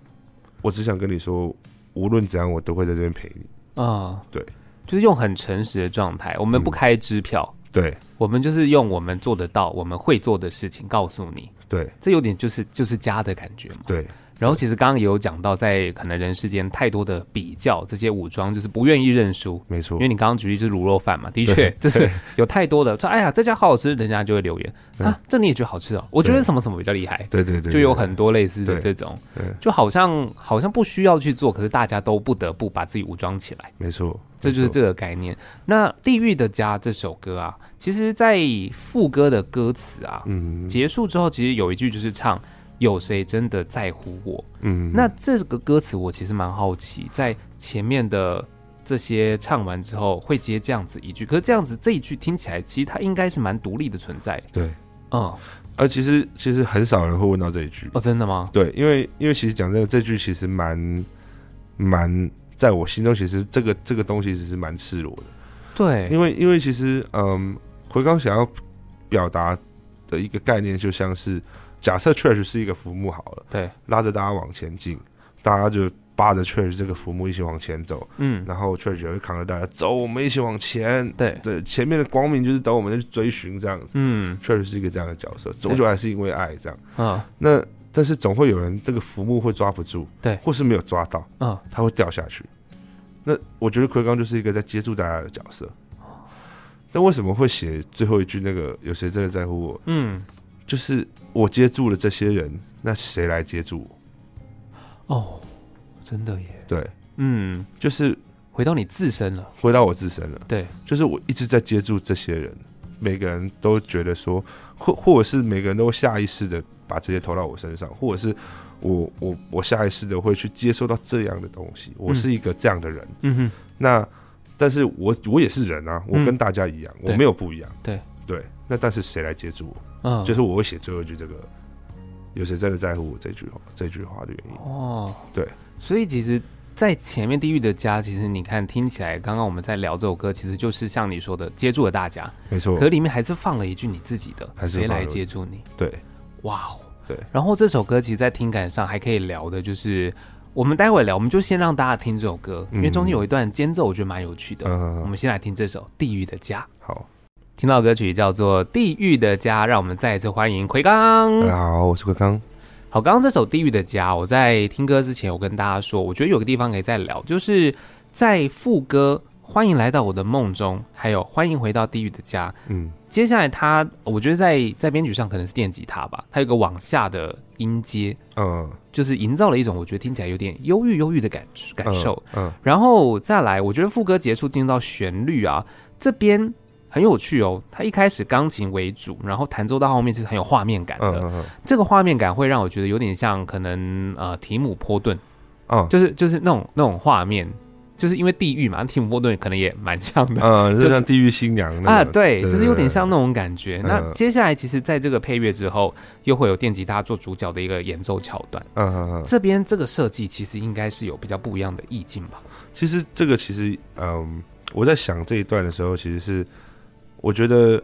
[SPEAKER 2] 我只想跟你说，无论怎样我都会在这边陪你。
[SPEAKER 1] 啊，
[SPEAKER 2] 对，
[SPEAKER 1] 就是用很诚实的状态，我们不
[SPEAKER 2] 嗯
[SPEAKER 1] 开支票。
[SPEAKER 2] 对
[SPEAKER 1] 我们就是用我们做得到、我们会做的事情告诉你，
[SPEAKER 2] 对
[SPEAKER 1] 这有点就是就是家的感觉嘛。
[SPEAKER 2] 对
[SPEAKER 1] 然后其实刚刚也有讲到，在可能人世间太多的比较，这些武装就是不愿意认输。
[SPEAKER 2] 没错
[SPEAKER 1] 因为，你刚刚举例就是卤肉饭嘛，的确
[SPEAKER 2] 对
[SPEAKER 1] 就是有太多的说，哎呀，这家好好吃，人家就会留言
[SPEAKER 2] 对
[SPEAKER 1] 啊，这你也觉得好吃哦？我觉得
[SPEAKER 2] 对
[SPEAKER 1] 什么什么比较厉害，
[SPEAKER 2] 对对对，
[SPEAKER 1] 就有很多类似的
[SPEAKER 2] 对
[SPEAKER 1] 这种
[SPEAKER 2] 对，
[SPEAKER 1] 就好像好像不需要去做，可是大家都不得不把自己武装起来。
[SPEAKER 2] 没错，
[SPEAKER 1] 这就是
[SPEAKER 2] 没错
[SPEAKER 1] 这个概念。那《地狱的家》这首歌啊，其实在副歌的歌词啊，
[SPEAKER 2] 嗯
[SPEAKER 1] 结束之后，其实有一句就是唱“有谁真的在乎我”
[SPEAKER 2] 嗯
[SPEAKER 1] 那这个歌词我其实蛮好奇，在前面的这些唱完之后，会接这样子一句，可是这样子这一句听起来，其实它应该是蛮独立的存在。
[SPEAKER 2] 对，
[SPEAKER 1] 嗯，
[SPEAKER 2] 而呃其实其实很少人会问到这一句，
[SPEAKER 1] 哦，真的吗？
[SPEAKER 2] 对，因为因为其实讲真的，这句其实蛮蛮。在我心中，其实这个这个东西其实蛮赤裸的，
[SPEAKER 1] 对，
[SPEAKER 2] 因为因为其实嗯，奎刚想要表达的一个概念，就像是假设 trash 是一个浮木好了，
[SPEAKER 1] 对，
[SPEAKER 2] 拉着大家往前进，大家就扒着 trash 这个浮木一起往前走，
[SPEAKER 1] 嗯，
[SPEAKER 2] 然后 trash 也会扛着大家走，我们一起往前，
[SPEAKER 1] 对，
[SPEAKER 2] 对，前面的光明就是等我们去追寻这样子。
[SPEAKER 1] 嗯，
[SPEAKER 2] trash 是一个这样的角色，终究还是因为爱这样。
[SPEAKER 1] 嗯，
[SPEAKER 2] 那但是总会有人这个浮木会抓不住，
[SPEAKER 1] 对
[SPEAKER 2] 或是没有抓到，
[SPEAKER 1] 嗯，
[SPEAKER 2] 他会掉下去。那我觉得奎刚就是一个在接住大家的角色。但为什么会写最后一句那个“有谁真的在乎我
[SPEAKER 1] 嗯，”？
[SPEAKER 2] 就是我接住了这些人，那谁来接住我？
[SPEAKER 1] 哦，真的耶，
[SPEAKER 2] 对，
[SPEAKER 1] 嗯，
[SPEAKER 2] 就是
[SPEAKER 1] 回到你自身了，
[SPEAKER 2] 回到我自身了。
[SPEAKER 1] 对，
[SPEAKER 2] 就是我一直在接住这些人，每个人都觉得说，或或者是每个人都下意识的把这些投到我身上，或者是我我我下意识的会去接受到这样的东西，我是一个这样的人。
[SPEAKER 1] 嗯哼。
[SPEAKER 2] 那但是我我也是人啊，我
[SPEAKER 1] 嗯
[SPEAKER 2] 跟大家一样，我
[SPEAKER 1] 对
[SPEAKER 2] 没有不一样。
[SPEAKER 1] 对
[SPEAKER 2] 对，那但是谁来接住我？
[SPEAKER 1] 嗯，
[SPEAKER 2] 就是我会写最后一句这个。有谁真的在乎我这句话？这句话的原因，
[SPEAKER 1] 哦，
[SPEAKER 2] 对，
[SPEAKER 1] 所以其实在前面《地狱的家》，其实你看听起来，刚刚我们在聊这首歌，其实就是像你说的接住了大家，
[SPEAKER 2] 没错
[SPEAKER 1] 可，里面还是放了一句你自己的，
[SPEAKER 2] 还是
[SPEAKER 1] 谁
[SPEAKER 2] 放
[SPEAKER 1] 来
[SPEAKER 2] 了
[SPEAKER 1] 接住你？
[SPEAKER 2] 对，
[SPEAKER 1] 哇哦，
[SPEAKER 2] 对。
[SPEAKER 1] 然后这首歌其实，在听感上还可以聊的，就是我们待会聊，我们就先让大家听这首歌，因为中间有一段间奏，我觉得蛮有趣的。我
[SPEAKER 2] 嗯，
[SPEAKER 1] 们先来听这首《地狱的家》。
[SPEAKER 2] 好，
[SPEAKER 1] 听到歌曲叫做《地狱的家》，让我们再一次欢迎奎刚。
[SPEAKER 2] 大家好，我是奎刚，
[SPEAKER 1] 好，刚刚这首《地狱的家》，我在听歌之前，我跟大家说，我觉得有个地方可以再聊，就是在副歌“欢迎来到我的梦中”，还有“欢迎回到地狱的家”，
[SPEAKER 2] 嗯，
[SPEAKER 1] 接下来他，我觉得在在编曲上可能是电吉他吧，它有个往下的音阶，
[SPEAKER 2] 嗯，
[SPEAKER 1] 就是营造了一种我觉得听起来有点忧郁忧郁的感感受。
[SPEAKER 2] 嗯，
[SPEAKER 1] 然后再来，我觉得副歌结束进入到旋律啊，这边很有趣哦。它一开始钢琴为主，然后弹奏到后面是很有画面感
[SPEAKER 2] 嗯，
[SPEAKER 1] 的。
[SPEAKER 2] 嗯，嗯
[SPEAKER 1] 这个画面感会让我觉得有点像可能呃提姆波顿，
[SPEAKER 2] 嗯，
[SPEAKER 1] 就是就是那种那种画面，就是因为地狱嘛，提姆波顿可能也蛮像的。
[SPEAKER 2] 嗯，
[SPEAKER 1] 就
[SPEAKER 2] 就像地狱新娘 那
[SPEAKER 1] 啊，
[SPEAKER 2] 个
[SPEAKER 1] 对，就是有点像那种感觉。
[SPEAKER 2] 嗯
[SPEAKER 1] 那接下来，其实在这个配乐之后，又会有电吉他做主角的一个演奏桥段。
[SPEAKER 2] 嗯嗯嗯，
[SPEAKER 1] 这边这个设计其实应该是有比较不一样的意境吧？
[SPEAKER 2] 其实这个其实，嗯，我在想这一段的时候，其实是我觉得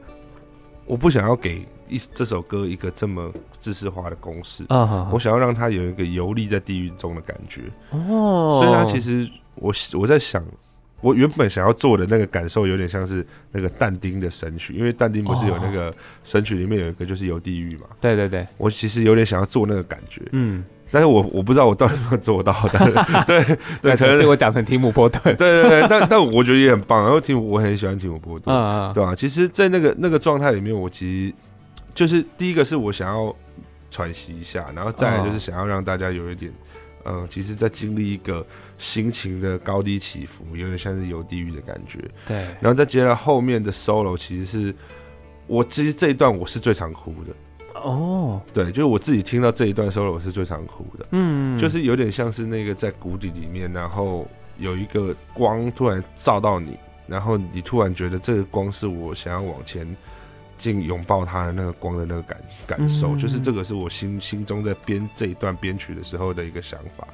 [SPEAKER 2] 我不想要给一这首歌一个这么知识化的公式，
[SPEAKER 1] 啊
[SPEAKER 2] 我想要让它有一个游历在地狱中的感觉。
[SPEAKER 1] 哦
[SPEAKER 2] 所以它其实我我在想，我原本想要做的那个感受有点像是那个但丁的神曲，因为但丁不是有那个神曲里面有一个就是游地狱嘛，
[SPEAKER 1] 对对对，
[SPEAKER 2] 我其实有点想要做那个感觉，
[SPEAKER 1] 嗯，
[SPEAKER 2] 但是我我不知道我到底有没有做到，但是对对，可 能
[SPEAKER 1] 对我讲成提姆波顿，
[SPEAKER 2] 对对对，但但我觉得也很棒。然后听我很喜欢听我波顿，
[SPEAKER 1] 嗯嗯
[SPEAKER 2] 对啊，其实，在那个那个状态里面，我其实就是第一个是我想要喘息一下，然后再来就是想要让大家有一点，嗯、其实，在经历一个心情的高低起伏，有点像是游地狱的感觉。
[SPEAKER 1] 对，
[SPEAKER 2] 然后再接着后面的 solo，其实是我其实这一段我是最常哭的，
[SPEAKER 1] 哦，
[SPEAKER 2] 对，就是我自己听到这一段 solo 我是最常哭的。
[SPEAKER 1] 嗯，
[SPEAKER 2] 就是有点像是那个在谷底里面，然后有一个光突然照到你，然后你突然觉得这个光是我想要往前进拥抱它的那个光的那个感感受，
[SPEAKER 1] 嗯
[SPEAKER 2] 就是这个是我心心中在编这一段编曲的时候的一个想法。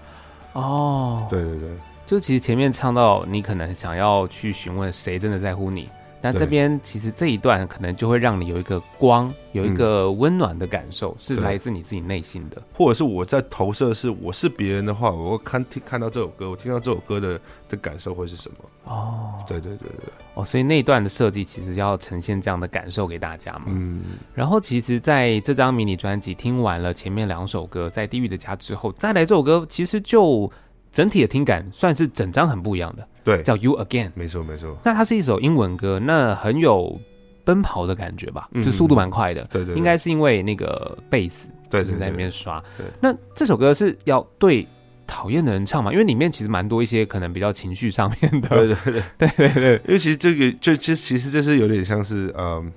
[SPEAKER 1] 哦，，
[SPEAKER 2] 对对对，
[SPEAKER 1] 就其实前面唱到你可能想要去询问谁真的在乎你。那这
[SPEAKER 2] 对
[SPEAKER 1] 边其实这一段可能就会让你有一个光，有一个温暖的感受，是
[SPEAKER 2] 嗯对
[SPEAKER 1] 来自你自己内心的。
[SPEAKER 2] 或者是我在投射是我是别人的话，我会看听看到这首歌，我听到这首歌的的感受会是什么？
[SPEAKER 1] 哦
[SPEAKER 2] 对对对对，
[SPEAKER 1] 哦，所以那一段的设计其实要呈现这样的感受给大家嘛。
[SPEAKER 2] 嗯，
[SPEAKER 1] 然后其实在这张迷你专辑听完了前面两首歌，在《地狱的家》之后，再来这首歌，其实就整体的听感算是整张很不一样的，
[SPEAKER 2] 对，
[SPEAKER 1] 叫《You Again》。
[SPEAKER 2] 没错没错，
[SPEAKER 1] 那它是一首英文歌，那很有奔跑的感觉吧，
[SPEAKER 2] 嗯
[SPEAKER 1] 就速度蛮快的。
[SPEAKER 2] 对对对
[SPEAKER 1] 应该是因为那个贝斯
[SPEAKER 2] 对
[SPEAKER 1] 就
[SPEAKER 2] 对
[SPEAKER 1] 是在
[SPEAKER 2] 对
[SPEAKER 1] 那边刷
[SPEAKER 2] 对对。
[SPEAKER 1] 那这首歌是要对讨厌的人唱嘛？因为里面其实蛮多一些可能比较情绪上面的，
[SPEAKER 2] 对对对，
[SPEAKER 1] 对 对对，
[SPEAKER 2] 因为其实这个就其实其实这是有点像是嗯。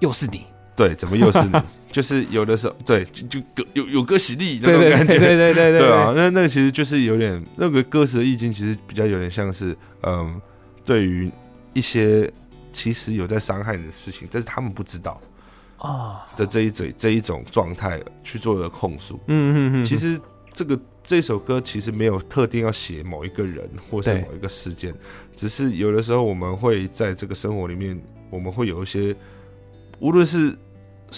[SPEAKER 1] 又是你，
[SPEAKER 2] 对，怎么又 是你？就是有的时候，对，就就有有有歌洗力那
[SPEAKER 1] 对
[SPEAKER 2] 种
[SPEAKER 1] 对对
[SPEAKER 2] 感
[SPEAKER 1] 对
[SPEAKER 2] 觉，
[SPEAKER 1] 对对
[SPEAKER 2] 对啊，，那那个其实就是有点那个歌词的意境，其实比较有点像是，嗯，对于一些其实有在伤害你的事情，但是他们不知道
[SPEAKER 1] 啊，
[SPEAKER 2] 的这一嘴这一种状态去做的控诉。
[SPEAKER 1] 嗯嗯嗯，
[SPEAKER 2] 其实这个这首歌其实没有特定要写某一个人或是
[SPEAKER 1] 对
[SPEAKER 2] 某一个事件，只是有的时候我们会在这个生活里面，我们会有一些，无论是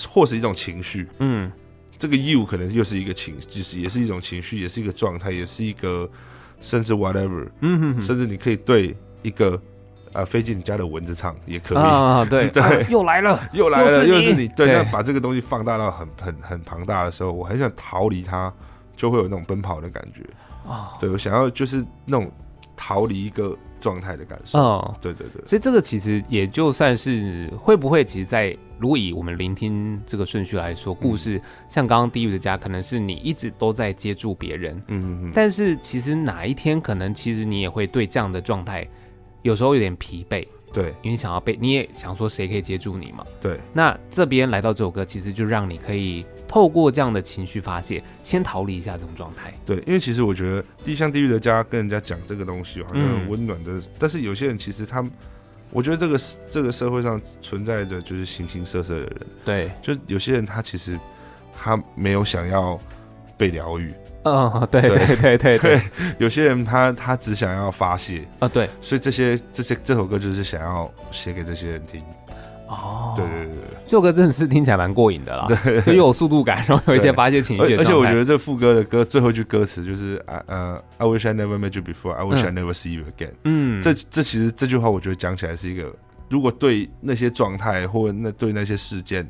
[SPEAKER 2] 或是一种情绪，
[SPEAKER 1] 嗯
[SPEAKER 2] 这个 you 可能又是一个情，就是也是一种情绪，也是一个状态，也是一个甚至 whatever，、
[SPEAKER 1] 嗯嗯嗯
[SPEAKER 2] 甚至你可以对一个啊飞进你家的蚊子唱也可以。
[SPEAKER 1] 啊，对
[SPEAKER 2] 对
[SPEAKER 1] 啊又来了，
[SPEAKER 2] 又来了，
[SPEAKER 1] 又
[SPEAKER 2] 又
[SPEAKER 1] 是你
[SPEAKER 2] 是你。对，
[SPEAKER 1] 对
[SPEAKER 2] 那把这个东西放大到很很很庞大的时候，我很想逃离它，就会有那种奔跑的感觉。
[SPEAKER 1] 啊，
[SPEAKER 2] 对我想要就是那种逃离一个状态的感受。
[SPEAKER 1] 嗯，
[SPEAKER 2] 对对对，
[SPEAKER 1] 所以这个其实也就算是会不会，其实在，如果以我们聆听这个顺序来说，
[SPEAKER 2] 嗯
[SPEAKER 1] 故事像刚刚《地狱的家》，可能是你一直都在接触别人，
[SPEAKER 2] 嗯嗯嗯，
[SPEAKER 1] 但是其实哪一天可能其实你也会对这样的状态，有时候有点疲惫，
[SPEAKER 2] 对
[SPEAKER 1] 因为想要被你也想说谁可以接住你嘛。
[SPEAKER 2] 对
[SPEAKER 1] 那这边来到这首歌，其实就让你可以透过这样的情绪发泄，先逃离一下这种状态。
[SPEAKER 2] 对，因为其实我觉得《地像地狱的家》跟人家讲这个东西好像
[SPEAKER 1] 嗯
[SPEAKER 2] 很温暖的，但是有些人其实他们，我觉得这个这个社会上存在着就是形形色色的人，
[SPEAKER 1] 对，
[SPEAKER 2] 就有些人他其实他没有想要被疗愈，
[SPEAKER 1] 嗯，对对对对对，
[SPEAKER 2] 有些人他他只想要发泄，
[SPEAKER 1] 啊对，
[SPEAKER 2] 所以这些这些这首歌就是想要写给这些人听。
[SPEAKER 1] 哦，
[SPEAKER 2] 对对对对
[SPEAKER 1] 这首歌真的是听起来蛮过瘾的啦，又有速度感，然后有一些发泄情绪
[SPEAKER 2] 对，而
[SPEAKER 1] 的状态，
[SPEAKER 2] 而且我觉得这副歌的歌最后一句歌词就是啊呃，I wish I never met you before, I wish I never see you again。
[SPEAKER 1] 嗯，
[SPEAKER 2] 这这其实这句话，我觉得讲起来是一个，如果对那些状态或那对那些事件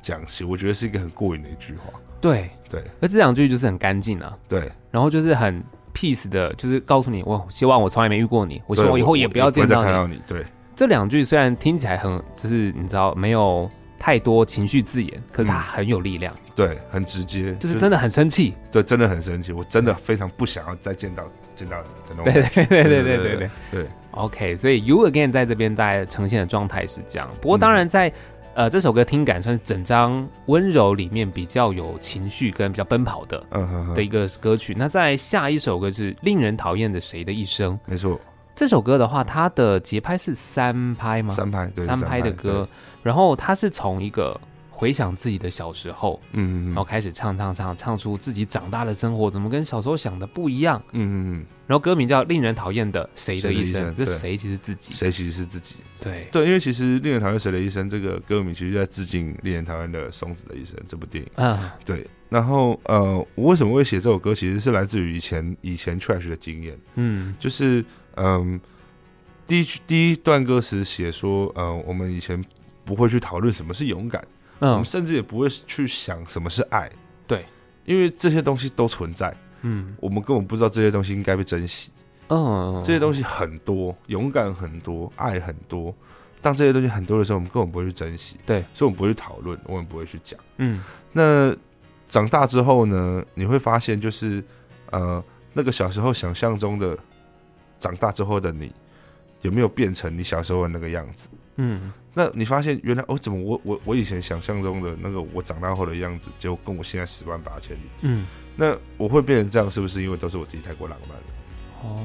[SPEAKER 2] 讲起，我觉得是一个很过瘾的一句话。
[SPEAKER 1] 对
[SPEAKER 2] 对，
[SPEAKER 1] 而这两句就是很干净啊，
[SPEAKER 2] 对，
[SPEAKER 1] 然后就是很 peace 的，就是告诉你，我希望我从来没遇过你，我希望
[SPEAKER 2] 对
[SPEAKER 1] 我以后也不要见
[SPEAKER 2] 会再
[SPEAKER 1] 到
[SPEAKER 2] 看
[SPEAKER 1] 你。
[SPEAKER 2] 到你。对，
[SPEAKER 1] 这两句虽然听起来很，就是你知道没有太多情绪字眼，可是它很有力量，
[SPEAKER 2] 对，很直接，
[SPEAKER 1] 嗯就是真的很生气。
[SPEAKER 2] 对，真的很生气，我真的非常不想要再见到见到你这种
[SPEAKER 1] 对对
[SPEAKER 2] 感觉。
[SPEAKER 1] 对哦对对对对
[SPEAKER 2] 对。对，
[SPEAKER 1] OK，所以 You Again 在这边大概呈现的状态是这样。不过当然在、呃这首歌听感算是整张温柔里面比较有情绪跟比较奔跑的
[SPEAKER 2] 嗯哼
[SPEAKER 1] 的
[SPEAKER 2] 哼，
[SPEAKER 1] 一个歌曲。那再来下一首歌就是令人讨厌的谁的一生。
[SPEAKER 2] 没错，
[SPEAKER 1] 这首歌的话，它的节拍是三拍吗？
[SPEAKER 2] 三拍，对，
[SPEAKER 1] 三拍的歌，，然后他是从一个回想自己的小时候，
[SPEAKER 2] 对嗯
[SPEAKER 1] 然
[SPEAKER 2] 嗯
[SPEAKER 1] 后
[SPEAKER 2] 嗯
[SPEAKER 1] 开始唱唱唱，唱出自己长大的生活怎么跟小时候想的不一样。
[SPEAKER 2] 嗯嗯
[SPEAKER 1] 然后歌名叫《令人讨厌的谁的一生》，
[SPEAKER 2] 谁的一生
[SPEAKER 1] 这
[SPEAKER 2] 对
[SPEAKER 1] 谁其实自己
[SPEAKER 2] 嗯，谁其实是自己。
[SPEAKER 1] 对，
[SPEAKER 2] 对，因为其实《令人讨厌谁的一生》这个歌名，其实在致敬《令人讨厌的松子的一生》这部电影。
[SPEAKER 1] 嗯，
[SPEAKER 2] 对，然后呃，我为什么会写这首歌，其实是来自于以前以前 Trash 的经验，
[SPEAKER 1] 嗯
[SPEAKER 2] 就是嗯、第一句第一段歌词写说，呃，我们以前不会去讨论什么是勇敢，我们
[SPEAKER 1] 嗯
[SPEAKER 2] 甚至也不会去想什么是爱，
[SPEAKER 1] 对，
[SPEAKER 2] 因为这些东西都存在，
[SPEAKER 1] 嗯
[SPEAKER 2] 我们根本不知道这些东西应该被珍惜，
[SPEAKER 1] 嗯，
[SPEAKER 2] 这些东
[SPEAKER 1] 西，
[SPEAKER 2] 西很多，勇敢很多，爱很多。当这些东西很多的时候，我们根本不会去珍惜，
[SPEAKER 1] 对，
[SPEAKER 2] 所以我们不会去讨论，我们不会去讲。
[SPEAKER 1] 嗯
[SPEAKER 2] 那长大之后呢，你会发现，就是呃，那个小时候想象中的长大之后的你，有没有变成你小时候的那个样子？
[SPEAKER 1] 嗯
[SPEAKER 2] 那你发现原来哦，怎么我我我以前想象中的那个我长大后的样子，结果跟我现在十万八千里。
[SPEAKER 1] 嗯，
[SPEAKER 2] 那我会变成这样，是不是因为都是我自己太过浪漫了？
[SPEAKER 1] 哦，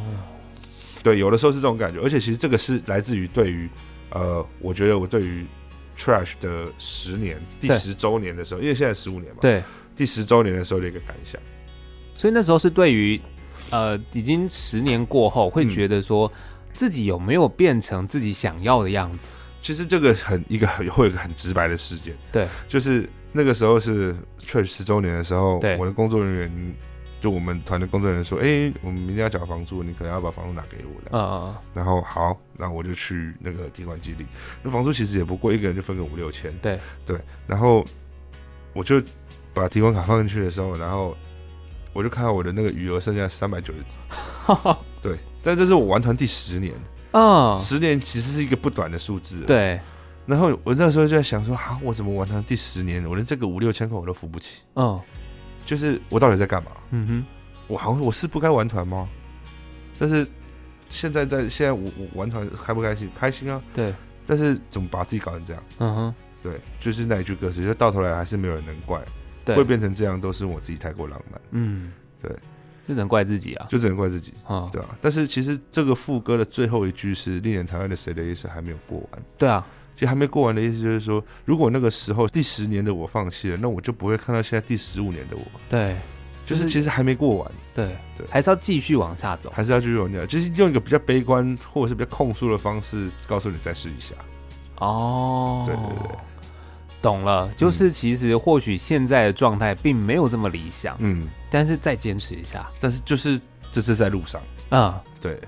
[SPEAKER 2] 对，有的时候是这种感觉，而且其实这个是来自于对于呃，我觉得我对于 Trash 的十年第
[SPEAKER 1] 对
[SPEAKER 2] 十周年的时候，因为现在十五年嘛，，
[SPEAKER 1] 对，
[SPEAKER 2] 第十周年的时候的一个感想。
[SPEAKER 1] 所以那时候是对于呃已经十年过后，会
[SPEAKER 2] 嗯
[SPEAKER 1] 觉得说自己有没有变成自己想要的样子？
[SPEAKER 2] 其实这个很一个很会有一个很直白的事件，
[SPEAKER 1] 对，
[SPEAKER 2] 就是那个时候是 Trash 十周年的时候
[SPEAKER 1] 对，
[SPEAKER 2] 我的工作人员就我们团的工作人员说，哎、我们明天要缴房租，你可能要把房租拿给我的。
[SPEAKER 1] 嗯
[SPEAKER 2] 然后好，那我就去那个提款机领。那房租其实也不贵，一个人就分个五六千。
[SPEAKER 1] 对
[SPEAKER 2] 对，然后我就把提款卡放进去的时候，然后我就看到我的那个余额剩下三百九十几。
[SPEAKER 1] 嗯
[SPEAKER 2] 对，但这是我玩团第十年，
[SPEAKER 1] 嗯，
[SPEAKER 2] 十年其实是一个不短的数字。。啊
[SPEAKER 1] 对，
[SPEAKER 2] 然后我那时候就在想说，啊，我怎么玩团第十年，我连这个五六千块我都付不起？
[SPEAKER 1] 嗯
[SPEAKER 2] 就是我到底在干嘛？
[SPEAKER 1] 嗯哼。
[SPEAKER 2] 我好像我是不该玩团吗？但是现在在现在我我玩团开不开心？开心啊！
[SPEAKER 1] 对，
[SPEAKER 2] 但是怎么把自己搞成这样？
[SPEAKER 1] 嗯哼，
[SPEAKER 2] 对，就是那一句歌词，就到头来还是没有人能怪，
[SPEAKER 1] 对，
[SPEAKER 2] 会变成这样都是我自己太过浪漫，
[SPEAKER 1] 嗯，
[SPEAKER 2] 对，
[SPEAKER 1] 就只能怪自己啊，
[SPEAKER 2] 就只能怪自己，
[SPEAKER 1] 啊，
[SPEAKER 2] 对啊。但是其实这个副歌的最后一句是“令人讨厌的谁的意思还没有过完”，
[SPEAKER 1] 对啊，
[SPEAKER 2] 其实还没过完的意思就是说，如果那个时候第十年的我放弃了，那我就不会看到现在第十五年的我，
[SPEAKER 1] 对
[SPEAKER 2] 就是
[SPEAKER 1] 就是
[SPEAKER 2] 其实还没过完，
[SPEAKER 1] 对
[SPEAKER 2] 对
[SPEAKER 1] 还是要继续往下走。
[SPEAKER 2] 还是要继续往下，就是用一个比较悲观或者是比较控诉的方式告诉你再试一下，
[SPEAKER 1] 哦，
[SPEAKER 2] 对对对，嗯
[SPEAKER 1] 懂了，就是其实或许现在的状态并没有这么理想，
[SPEAKER 2] 嗯，
[SPEAKER 1] 但是再坚持一下，
[SPEAKER 2] 但是就是这是在路上，
[SPEAKER 1] 嗯。
[SPEAKER 2] 对，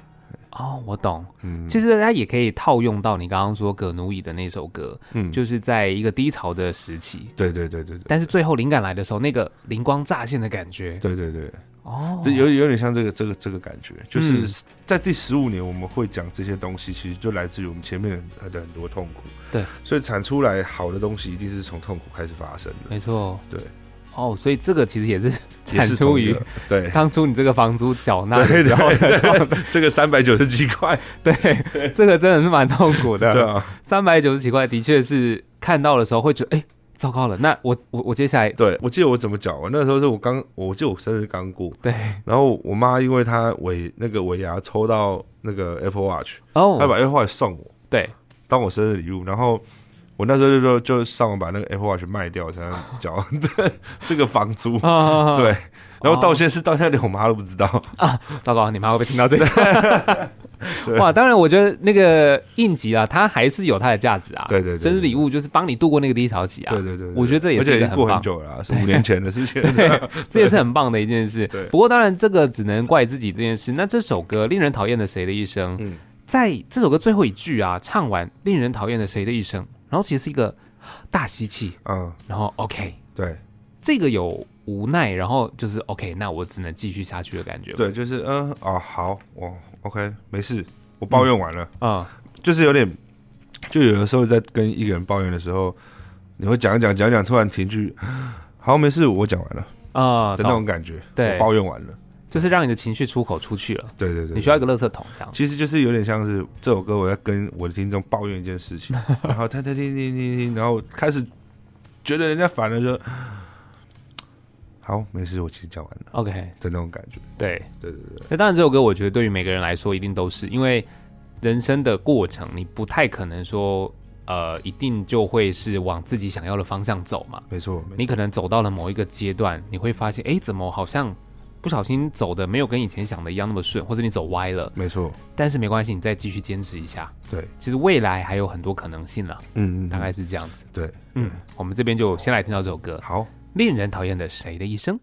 [SPEAKER 1] 哦，我懂。
[SPEAKER 2] 嗯，
[SPEAKER 1] 其实它也可以套用到你刚刚说葛奴乙的那首歌，
[SPEAKER 2] 嗯
[SPEAKER 1] 就是在一个低潮的时期，
[SPEAKER 2] 对对对对对。
[SPEAKER 1] 但是最后灵感来的时候，那个灵光乍现的感觉。
[SPEAKER 2] 对对对，
[SPEAKER 1] 哦，
[SPEAKER 2] 这有有点像这个这个这个感觉，就
[SPEAKER 1] 嗯
[SPEAKER 2] 是在第十五年我们会讲这些东西，其实就来自于我们前面的的很多痛苦。
[SPEAKER 1] 对，
[SPEAKER 2] 所以产出来好的东西一定是从痛苦开始发生的，
[SPEAKER 1] 没错。
[SPEAKER 2] 对。
[SPEAKER 1] 哦，所以这个其实也是
[SPEAKER 2] 也
[SPEAKER 1] 产
[SPEAKER 2] 是
[SPEAKER 1] 出
[SPEAKER 2] 同
[SPEAKER 1] 于
[SPEAKER 2] 一个对
[SPEAKER 1] 当初你这个房租缴 纳的
[SPEAKER 2] 对
[SPEAKER 1] 时 候
[SPEAKER 2] 对
[SPEAKER 1] 的状态，
[SPEAKER 2] 这个三百九十几块，
[SPEAKER 1] 对，这个真的是蛮痛苦
[SPEAKER 2] 对
[SPEAKER 1] 的。
[SPEAKER 2] 啊，
[SPEAKER 1] 三百九十几块的确是看到的时候会觉得，哎、糟糕了，那我我我接下来
[SPEAKER 2] 对我记得我怎么讲，我那时候是我刚，我记得我生日刚过，
[SPEAKER 1] 对
[SPEAKER 2] 然后我妈因为她尾那个尾牙抽到那个 Apple Watch，她把
[SPEAKER 1] 哦，
[SPEAKER 2] Apple Watch 送我
[SPEAKER 1] 对，
[SPEAKER 2] 当我生日礼物，然后。我那时候就说， 就上网把那个 Apple Watch 卖掉，才能缴这这个房租。
[SPEAKER 1] 啊，
[SPEAKER 2] 对，然后道歉是道歉脸，我妈都不知道。
[SPEAKER 1] 糟糕，你妈会不会听到这个？ 哇，当然，我觉得那个应急啊，它还是有它的价值啊。
[SPEAKER 2] 对对对
[SPEAKER 1] 生日礼物就是帮你度过那个低潮期啊。
[SPEAKER 2] 对对对，对
[SPEAKER 1] 我觉得这也
[SPEAKER 2] 而
[SPEAKER 1] 是
[SPEAKER 2] 且
[SPEAKER 1] 一
[SPEAKER 2] 已
[SPEAKER 1] 个
[SPEAKER 2] 经
[SPEAKER 1] 很
[SPEAKER 2] 过很
[SPEAKER 1] 棒，
[SPEAKER 2] 久了啊，是五年前的事情。
[SPEAKER 1] 这也是很棒的一件事
[SPEAKER 2] 对。
[SPEAKER 1] 不过，当然这个只能怪自己这件事。那这首歌《令人讨厌的谁的一生》，
[SPEAKER 2] 嗯
[SPEAKER 1] 在这首歌最后一句啊，唱完“令人讨厌的谁的一生”，然后其实是一个大吸气，
[SPEAKER 2] 嗯，
[SPEAKER 1] 然后 OK，
[SPEAKER 2] 对
[SPEAKER 1] 这个有无奈，然后就是 OK，那我只能继续下去的感觉。，
[SPEAKER 2] 对，就是嗯哦好，我 OK 没事，我抱怨完了，
[SPEAKER 1] 嗯，
[SPEAKER 2] 就是有点，就有的时候在跟一个人抱怨的时候，你会讲一讲讲一讲，突然停句， 好没事，我讲完了
[SPEAKER 1] 啊、
[SPEAKER 2] 的那
[SPEAKER 1] 懂
[SPEAKER 2] 种感觉，
[SPEAKER 1] 对
[SPEAKER 2] 我抱怨完了，
[SPEAKER 1] 就是让你的情绪出口出去了。
[SPEAKER 2] 对对对对，
[SPEAKER 1] 你需要一个垃圾桶这样。
[SPEAKER 2] 其实就是有点像是这首歌，我在跟我的听众抱怨一件 事情，然后他他听听听听，然后开始觉得人家烦了就，好没事，我其实讲完了
[SPEAKER 1] OK，
[SPEAKER 2] 的那种感觉。
[SPEAKER 1] 对
[SPEAKER 2] 对对对，
[SPEAKER 1] 那当然这首歌我觉得对于每个人来说一定都是，因为人生的过程你不太可能说呃一定就会是往自己想要的方向走嘛。
[SPEAKER 2] 没错，没
[SPEAKER 1] 你可能走到了某一个阶段，你会发现哎怎么好像不小心走的没有跟以前想的一样那么顺，或者你走歪了，
[SPEAKER 2] 没错，
[SPEAKER 1] 但是没关系，你再继续坚持一下。
[SPEAKER 2] 对，
[SPEAKER 1] 其实未来还有很多可能性了，
[SPEAKER 2] 嗯，嗯
[SPEAKER 1] 大概是这样子。
[SPEAKER 2] 对，
[SPEAKER 1] 嗯，我们这边就先来听到这首歌。
[SPEAKER 2] 好，
[SPEAKER 1] 令人讨厌的谁的一生。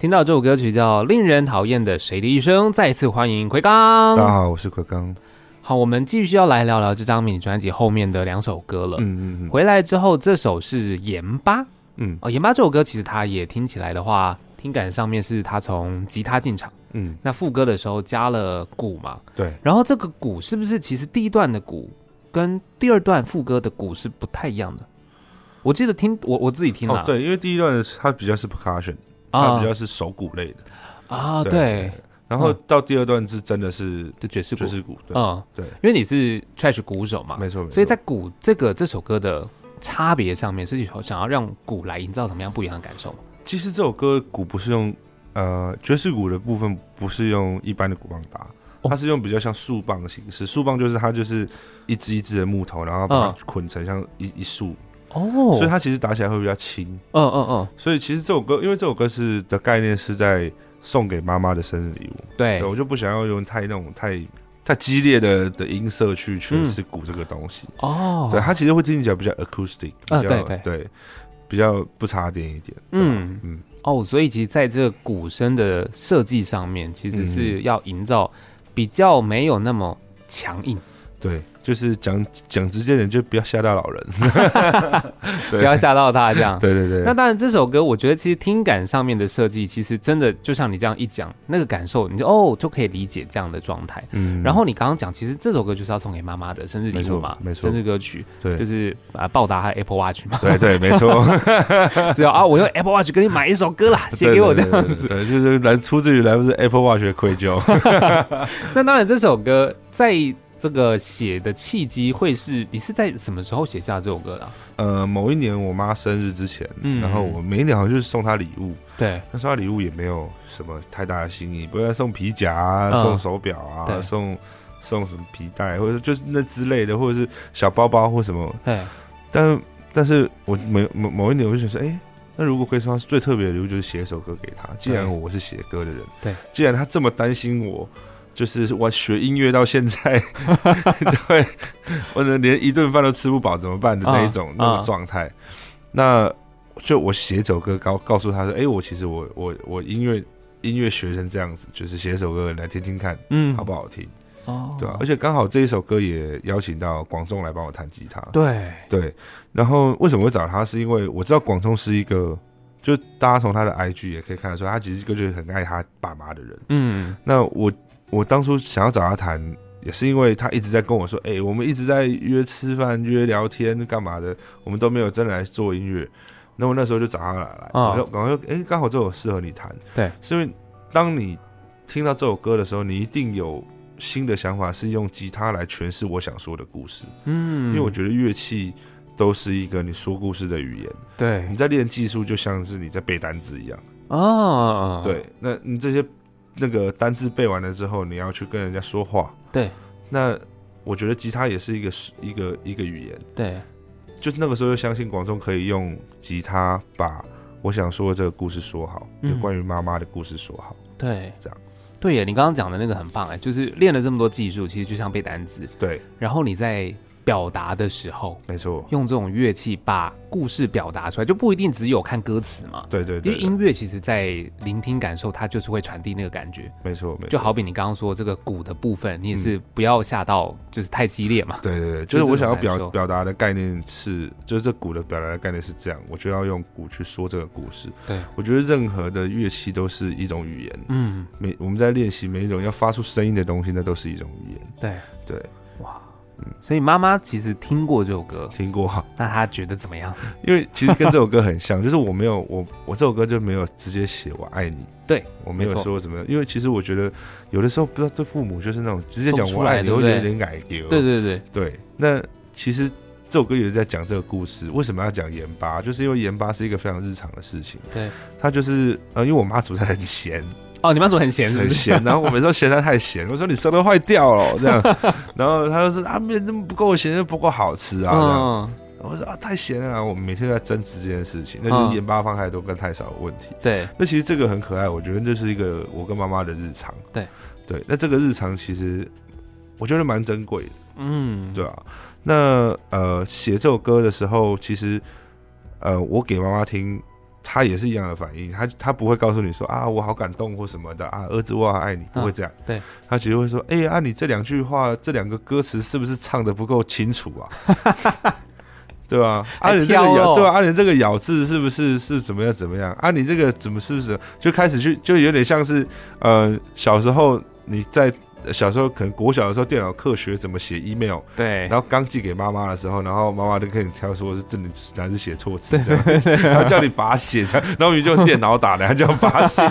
[SPEAKER 1] 听到这首歌曲叫《令人讨厌的谁的一生》，再次欢迎奎
[SPEAKER 2] 大家
[SPEAKER 1] 刚。
[SPEAKER 2] 好，我是奎刚，
[SPEAKER 1] 好，我们继续要来聊聊这张迷你专辑后面的两首歌了。
[SPEAKER 2] 嗯嗯嗯
[SPEAKER 1] 回来之后，这首是《盐巴》
[SPEAKER 2] 嗯
[SPEAKER 1] 哦，《盐巴》这首歌其实它也听起来的话，听感上面是它从吉他进场，
[SPEAKER 2] 嗯，
[SPEAKER 1] 那副歌的时候加了鼓嘛，
[SPEAKER 2] 对，
[SPEAKER 1] 然后这个鼓是不是其实第一段的鼓跟第二段副歌的鼓是不太一样的？我记得听我我自己听了、啊
[SPEAKER 2] 哦对，因为第一段它比较是 percussion，它比较是手鼓类的，
[SPEAKER 1] 啊，
[SPEAKER 2] 对
[SPEAKER 1] 对，
[SPEAKER 2] 然后
[SPEAKER 1] 嗯
[SPEAKER 2] 到第二段是真的是
[SPEAKER 1] 就爵士鼓
[SPEAKER 2] 爵士鼓，对，
[SPEAKER 1] 嗯，
[SPEAKER 2] 对
[SPEAKER 1] 因为你是 trash 鼓手嘛，
[SPEAKER 2] 没错，没错
[SPEAKER 1] 所以在鼓这个这首歌的差别上面，是想要让鼓来营造什么样不一样的感受吗？
[SPEAKER 2] 其实这首歌鼓不是用呃爵士鼓的部分不是用一般的鼓棒打，
[SPEAKER 1] 哦
[SPEAKER 2] 它是用比较像树棒的形式。树棒就是它就是一支一支的木头，然后把它捆成像一、一束，
[SPEAKER 1] 啊哦
[SPEAKER 2] 所以它其实打起来会比较轻。
[SPEAKER 1] 嗯嗯嗯，
[SPEAKER 2] 所以其实这首歌，因为这首歌是的概念是在送给妈妈的生日礼物，
[SPEAKER 1] 对
[SPEAKER 2] 对，我就不想要用太那种太太激烈的的音色去诠释鼓这个东西。
[SPEAKER 1] 嗯哦，
[SPEAKER 2] 对，它其实会听起来比较 acoustic，比较、
[SPEAKER 1] 啊对对
[SPEAKER 2] 比较不插电一点。对吧
[SPEAKER 1] 嗯
[SPEAKER 2] 嗯，
[SPEAKER 1] 哦，所以其实在这个鼓声的设计上面，其实是要营造比较没有那么强硬，
[SPEAKER 2] 对，就是讲讲直接点，就不要吓到老 人。对
[SPEAKER 1] 不要吓到他这样。
[SPEAKER 2] 对对对，
[SPEAKER 1] 那当然，这首歌我觉得其实听感上面的设计，其实真的就像你这样一讲，那个感受，你就哦就可以理解这样的状态。
[SPEAKER 2] 嗯
[SPEAKER 1] 然后你刚刚讲，其实这首歌就是要送给妈妈的生日礼物嘛，
[SPEAKER 2] 没错没错
[SPEAKER 1] 生日歌曲
[SPEAKER 2] 对
[SPEAKER 1] 就。是啊报答她的 Apple Watch 嘛，
[SPEAKER 2] 对对，没错，
[SPEAKER 1] 只要啊我用 Apple Watch 给你买一首歌 啦， 写
[SPEAKER 2] 对
[SPEAKER 1] 给我这
[SPEAKER 2] 对对
[SPEAKER 1] 样子。
[SPEAKER 2] 对对，就是来出自于来不是 Apple Watch 的愧疚。
[SPEAKER 1] 那当然，这首歌在这个写的契机会是你是在什么时候写下这首歌的啊、
[SPEAKER 2] 呃，某一年我妈生日之前，
[SPEAKER 1] 嗯
[SPEAKER 2] 然后我每一年好像就是送她礼物，
[SPEAKER 1] 对，
[SPEAKER 2] 但是她礼物也没有什么太大的心意，不然送皮夹啊，
[SPEAKER 1] 嗯
[SPEAKER 2] 送手表啊，
[SPEAKER 1] 对
[SPEAKER 2] 送送什么皮带，或者就是那之类的，或者是小包包或什么，
[SPEAKER 1] 哎，
[SPEAKER 2] 但但是我某某某一年我就想说，哎、那如果可以送他最特别的礼物，就是写一首歌给他。既然
[SPEAKER 1] 对
[SPEAKER 2] 我是写歌的人，
[SPEAKER 1] 对，
[SPEAKER 2] 既然他这么担心我，就是我学音乐到 现在，对，我能连一顿饭都吃不饱怎么办的那一种、
[SPEAKER 1] 啊
[SPEAKER 2] 那
[SPEAKER 1] 啊
[SPEAKER 2] 种状态，那就我写一首歌告告诉他说，哎、我其实我我我音乐音乐学成这样子，就是写一首歌来听听看。
[SPEAKER 1] 嗯
[SPEAKER 2] 好不好听？
[SPEAKER 1] 哦
[SPEAKER 2] 对啊，而且刚好这一首歌也邀请到广仲来帮我弹吉他。
[SPEAKER 1] 对，
[SPEAKER 2] 对，然后为什么会找他？是因为我知道广仲是一个，就大家从他的 IG 也可以看得出来，他其实是一个就是很爱他爸妈的人。
[SPEAKER 1] 嗯
[SPEAKER 2] 那我我当初想要找他谈，也是因为他一直在跟我说，哎、我们一直在约吃饭、约聊天、干嘛的，我们都没有真的来做音乐。那我那时候就找他来，来
[SPEAKER 1] 啊
[SPEAKER 2] 我说，然后就哎，诶刚、好这首适合你弹，
[SPEAKER 1] 对，
[SPEAKER 2] 是因为当你听到这首歌的时候，你一定有新的想法，是用吉他来诠释我想说的故事。
[SPEAKER 1] 嗯，
[SPEAKER 2] 因为我觉得乐器都是一个你说故事的语言。
[SPEAKER 1] 对
[SPEAKER 2] 你在练技术，就像是你在背单词一样。
[SPEAKER 1] 哦，
[SPEAKER 2] 对，那你这些那个单字背完了之后，你要去跟人家说话。
[SPEAKER 1] 对
[SPEAKER 2] 那我觉得吉他也是一个一个一个语言，
[SPEAKER 1] 对
[SPEAKER 2] 就是那个时候就相信广众可以用吉他把我想说的这个故事说好，
[SPEAKER 1] 嗯
[SPEAKER 2] 有关于妈妈的故事说好。
[SPEAKER 1] 对，
[SPEAKER 2] 这样
[SPEAKER 1] 对耶，你刚刚讲的那个很棒哎，就是练了这么多技术，其实就像背单词，
[SPEAKER 2] 对，
[SPEAKER 1] 然后你在表达的时候，
[SPEAKER 2] 没错，
[SPEAKER 1] 用这种乐器把故事表达出来，就不一定只有看歌词嘛。
[SPEAKER 2] 对对
[SPEAKER 1] 因
[SPEAKER 2] 对
[SPEAKER 1] 为
[SPEAKER 2] 对
[SPEAKER 1] 音乐其实，在聆听感受，它就是会传递那个感觉，
[SPEAKER 2] 没错没错，
[SPEAKER 1] 就好比你刚刚说这个鼓的部分，你也
[SPEAKER 2] 嗯
[SPEAKER 1] 是不要下到就是太激烈嘛。
[SPEAKER 2] 对对对，
[SPEAKER 1] 就
[SPEAKER 2] 就
[SPEAKER 1] 这
[SPEAKER 2] 是我
[SPEAKER 1] 种
[SPEAKER 2] 想要
[SPEAKER 1] 感受
[SPEAKER 2] 表表达的概念是，就是这鼓的表达的概念是这样，我就要用鼓去说这个故事。
[SPEAKER 1] 对，
[SPEAKER 2] 我觉得任何的乐器都是一种语言，
[SPEAKER 1] 嗯，
[SPEAKER 2] 每我们在练习每一种要发出声音的东西，那都是一种语言。
[SPEAKER 1] 对，
[SPEAKER 2] 对，
[SPEAKER 1] 哇，所以妈妈其实听过这首歌，
[SPEAKER 2] 听过 哈，
[SPEAKER 1] 那她觉得怎么样？
[SPEAKER 2] 因为其实跟这首歌 很像，就是我没有我我这首歌就没有直接写我爱你，
[SPEAKER 1] 对
[SPEAKER 2] 我没
[SPEAKER 1] 没
[SPEAKER 2] 有
[SPEAKER 1] 错
[SPEAKER 2] 说怎么样，因为其实我觉得有的时候不知道对父母就是那种直接讲
[SPEAKER 1] 送出
[SPEAKER 2] 我爱
[SPEAKER 1] 来
[SPEAKER 2] 你，
[SPEAKER 1] 对不
[SPEAKER 2] 会
[SPEAKER 1] 对
[SPEAKER 2] 有点改丢。
[SPEAKER 1] 对对对，
[SPEAKER 2] 对，那其实这首歌也是在讲这个故事。为什么要讲盐巴？就是因为盐巴是一个非常日常的事情。
[SPEAKER 1] 对，
[SPEAKER 2] 它就是呃，因为我妈煮菜很 咸，
[SPEAKER 1] 哦，你妈怎么很闲是不
[SPEAKER 2] 很
[SPEAKER 1] 是？
[SPEAKER 2] 咸，然后我每次都嫌她太咸，我说你舌头坏掉了这样， 然后她就说啊，没有那么不够咸，不够好吃啊。这样
[SPEAKER 1] 嗯，
[SPEAKER 2] 我说啊，太咸了啊，我们每天都在争执这件事情，那就是
[SPEAKER 1] 嗯
[SPEAKER 2] 盐巴放太多跟太少的问题。
[SPEAKER 1] 对，
[SPEAKER 2] 那其实这个很可爱，我觉得这是一个我跟妈妈的日常。
[SPEAKER 1] 对
[SPEAKER 2] 对，那这个日常其实我觉得蛮珍贵的。
[SPEAKER 1] 嗯，
[SPEAKER 2] 对啊，那呃，写这首歌的时候，其实呃，我给妈妈听，她也是一样的反应，她她不会告诉你说啊，我好感动或什么的啊，儿子我好爱你，不会这样，
[SPEAKER 1] 嗯对，
[SPEAKER 2] 她其实会说，哎、呀，啊，你这两句话，这两个歌词是不是唱的不够清楚啊？ 对吧？啊，
[SPEAKER 1] 还
[SPEAKER 2] 你这个
[SPEAKER 1] 挑
[SPEAKER 2] 咬，
[SPEAKER 1] 哦
[SPEAKER 2] 对啊，啊，你这个咬字是不是是怎么样怎么样？啊，你这个怎么是不是就开始去就有点像是呃，小时候你在小时候可能国小的时候电脑课学怎么写 email，
[SPEAKER 1] 对，
[SPEAKER 2] 然后刚寄给妈妈的时候，然后妈妈就开始挑说是这里哪是写错字这样，然后叫你把写这样，然后你就用电脑打的，然后叫把 写，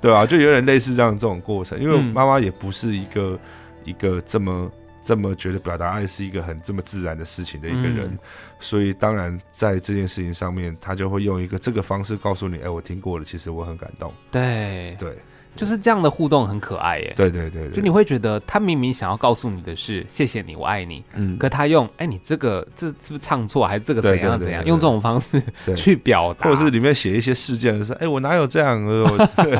[SPEAKER 2] 对吧、就有点类似这样这种过程，因为
[SPEAKER 1] 嗯
[SPEAKER 2] 妈妈也不是一个一个这么这么觉得表达爱是一个很这么自然的事情的一个人，
[SPEAKER 1] 嗯
[SPEAKER 2] 所以当然在这件事情上面，她就会用一个这个方式告诉你，哎，我听过了，其实我很感动，
[SPEAKER 1] 对，
[SPEAKER 2] 对
[SPEAKER 1] 就是这样的互动很可爱耶。
[SPEAKER 2] 对对对对，
[SPEAKER 1] 哎就你会觉得他明明想要告诉你的是谢谢你，我爱你，
[SPEAKER 2] 嗯
[SPEAKER 1] 可他用哎你这个这是不是唱错，还是这个
[SPEAKER 2] 对
[SPEAKER 1] 怎样
[SPEAKER 2] 对对
[SPEAKER 1] 怎样，
[SPEAKER 2] 对
[SPEAKER 1] 用这种方式
[SPEAKER 2] 对
[SPEAKER 1] 去表达，
[SPEAKER 2] 或者是里面写一些事件的时候，哎，我哪有这 样，我对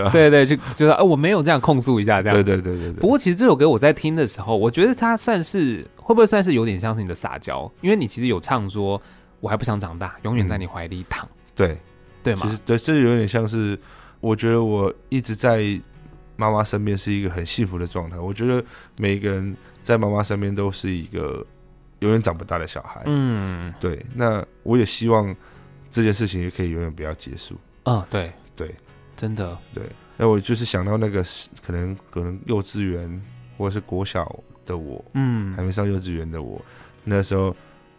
[SPEAKER 2] 啊，
[SPEAKER 1] 对对，就就是哎我没有这样控诉一下这样
[SPEAKER 2] 对。对对对对。
[SPEAKER 1] 不过其实这首歌我在听的时候，我觉得它算是会不会算是有点像是你的撒娇，因为你其实有唱说我还不想长大，永远在你怀里躺，
[SPEAKER 2] 对，
[SPEAKER 1] 对
[SPEAKER 2] 其
[SPEAKER 1] 吗
[SPEAKER 2] 实？对，这有点像是，我觉得我一直在妈妈身边是一个很幸福的状态。我觉得每一个人在妈妈身边都是一个永远长不大的小孩。
[SPEAKER 1] 嗯
[SPEAKER 2] 对，那我也希望这件事情也可以永远不要结束。
[SPEAKER 1] 嗯，对
[SPEAKER 2] 对，
[SPEAKER 1] 真的
[SPEAKER 2] 那我就是想到那个是可能可能幼稚园或者是国小的我，
[SPEAKER 1] 嗯
[SPEAKER 2] 还没上幼稚园的我，那时候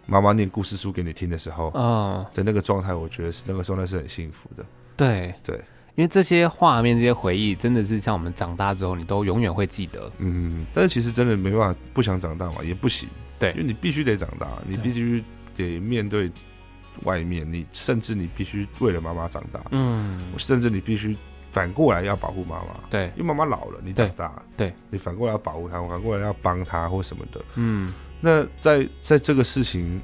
[SPEAKER 2] 妈妈念故事书给你听的时候
[SPEAKER 1] 嗯，
[SPEAKER 2] 的那个状态，我觉得是那个状态是很幸福的。
[SPEAKER 1] 对
[SPEAKER 2] 对，
[SPEAKER 1] 因为这些画面、这些回忆，真的是像我们长大之后，你都永远会记得。
[SPEAKER 2] 嗯，但是其实真的没办法，不想长大嘛，也不行。
[SPEAKER 1] 对
[SPEAKER 2] 因为你必须得长大，你必须得面对外面，你甚至你必须为了妈妈长大，
[SPEAKER 1] 嗯，
[SPEAKER 2] 甚至你必须反过来要保护妈妈，
[SPEAKER 1] 对，
[SPEAKER 2] 因为妈妈老了，你长大了，
[SPEAKER 1] 对对
[SPEAKER 2] 你反过来要保护她，反过来要帮她或什么的。
[SPEAKER 1] 嗯，
[SPEAKER 2] 那在在这个事情，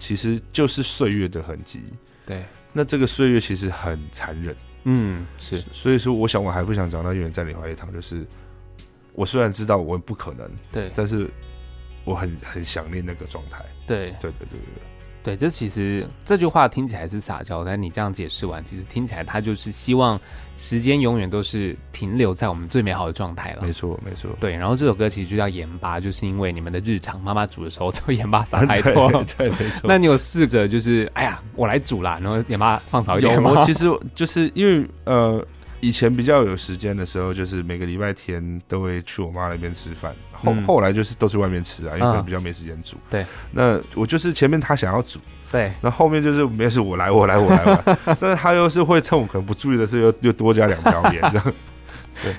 [SPEAKER 2] 其实就是岁月的痕迹。
[SPEAKER 1] 对，
[SPEAKER 2] 那这个岁月其实很残忍，
[SPEAKER 1] 嗯，是，
[SPEAKER 2] 所以说我想我还不想长到永远在你怀里躺，就是我虽然知道我不可能。
[SPEAKER 1] 对，
[SPEAKER 2] 但是我很很想念那个状态。
[SPEAKER 1] 对，
[SPEAKER 2] 对对对对
[SPEAKER 1] 对，这其实这句话听起来是撒娇，但你这样解释完，其实听起来他就是希望时间永远都是停留在我们最美好的状态
[SPEAKER 2] 对，
[SPEAKER 1] 了
[SPEAKER 2] 没。错 没错。
[SPEAKER 1] 对，然后这首歌其实就叫盐巴，就是因为你们的日常，妈妈煮的时候都盐巴撒太 多。
[SPEAKER 2] 对，对没错。
[SPEAKER 1] 那你有试着就是，哎呀，我来煮啦，然后盐巴放少一点
[SPEAKER 2] 有
[SPEAKER 1] 吗？
[SPEAKER 2] 我其实就是因为呃，以前比较有时间的时候，就是每个礼拜天都会去我妈那边吃饭。后、
[SPEAKER 1] 嗯
[SPEAKER 2] 后来就是都去外面吃啊，因为可
[SPEAKER 1] 啊
[SPEAKER 2] 能比较没时间煮。
[SPEAKER 1] 对。
[SPEAKER 2] 那我就是前面她想要煮，
[SPEAKER 1] 对，
[SPEAKER 2] 那后面就是没事我来我来我来我 来，但是她又是会趁我可能不注意的时候又又多加两瓢 盐这样。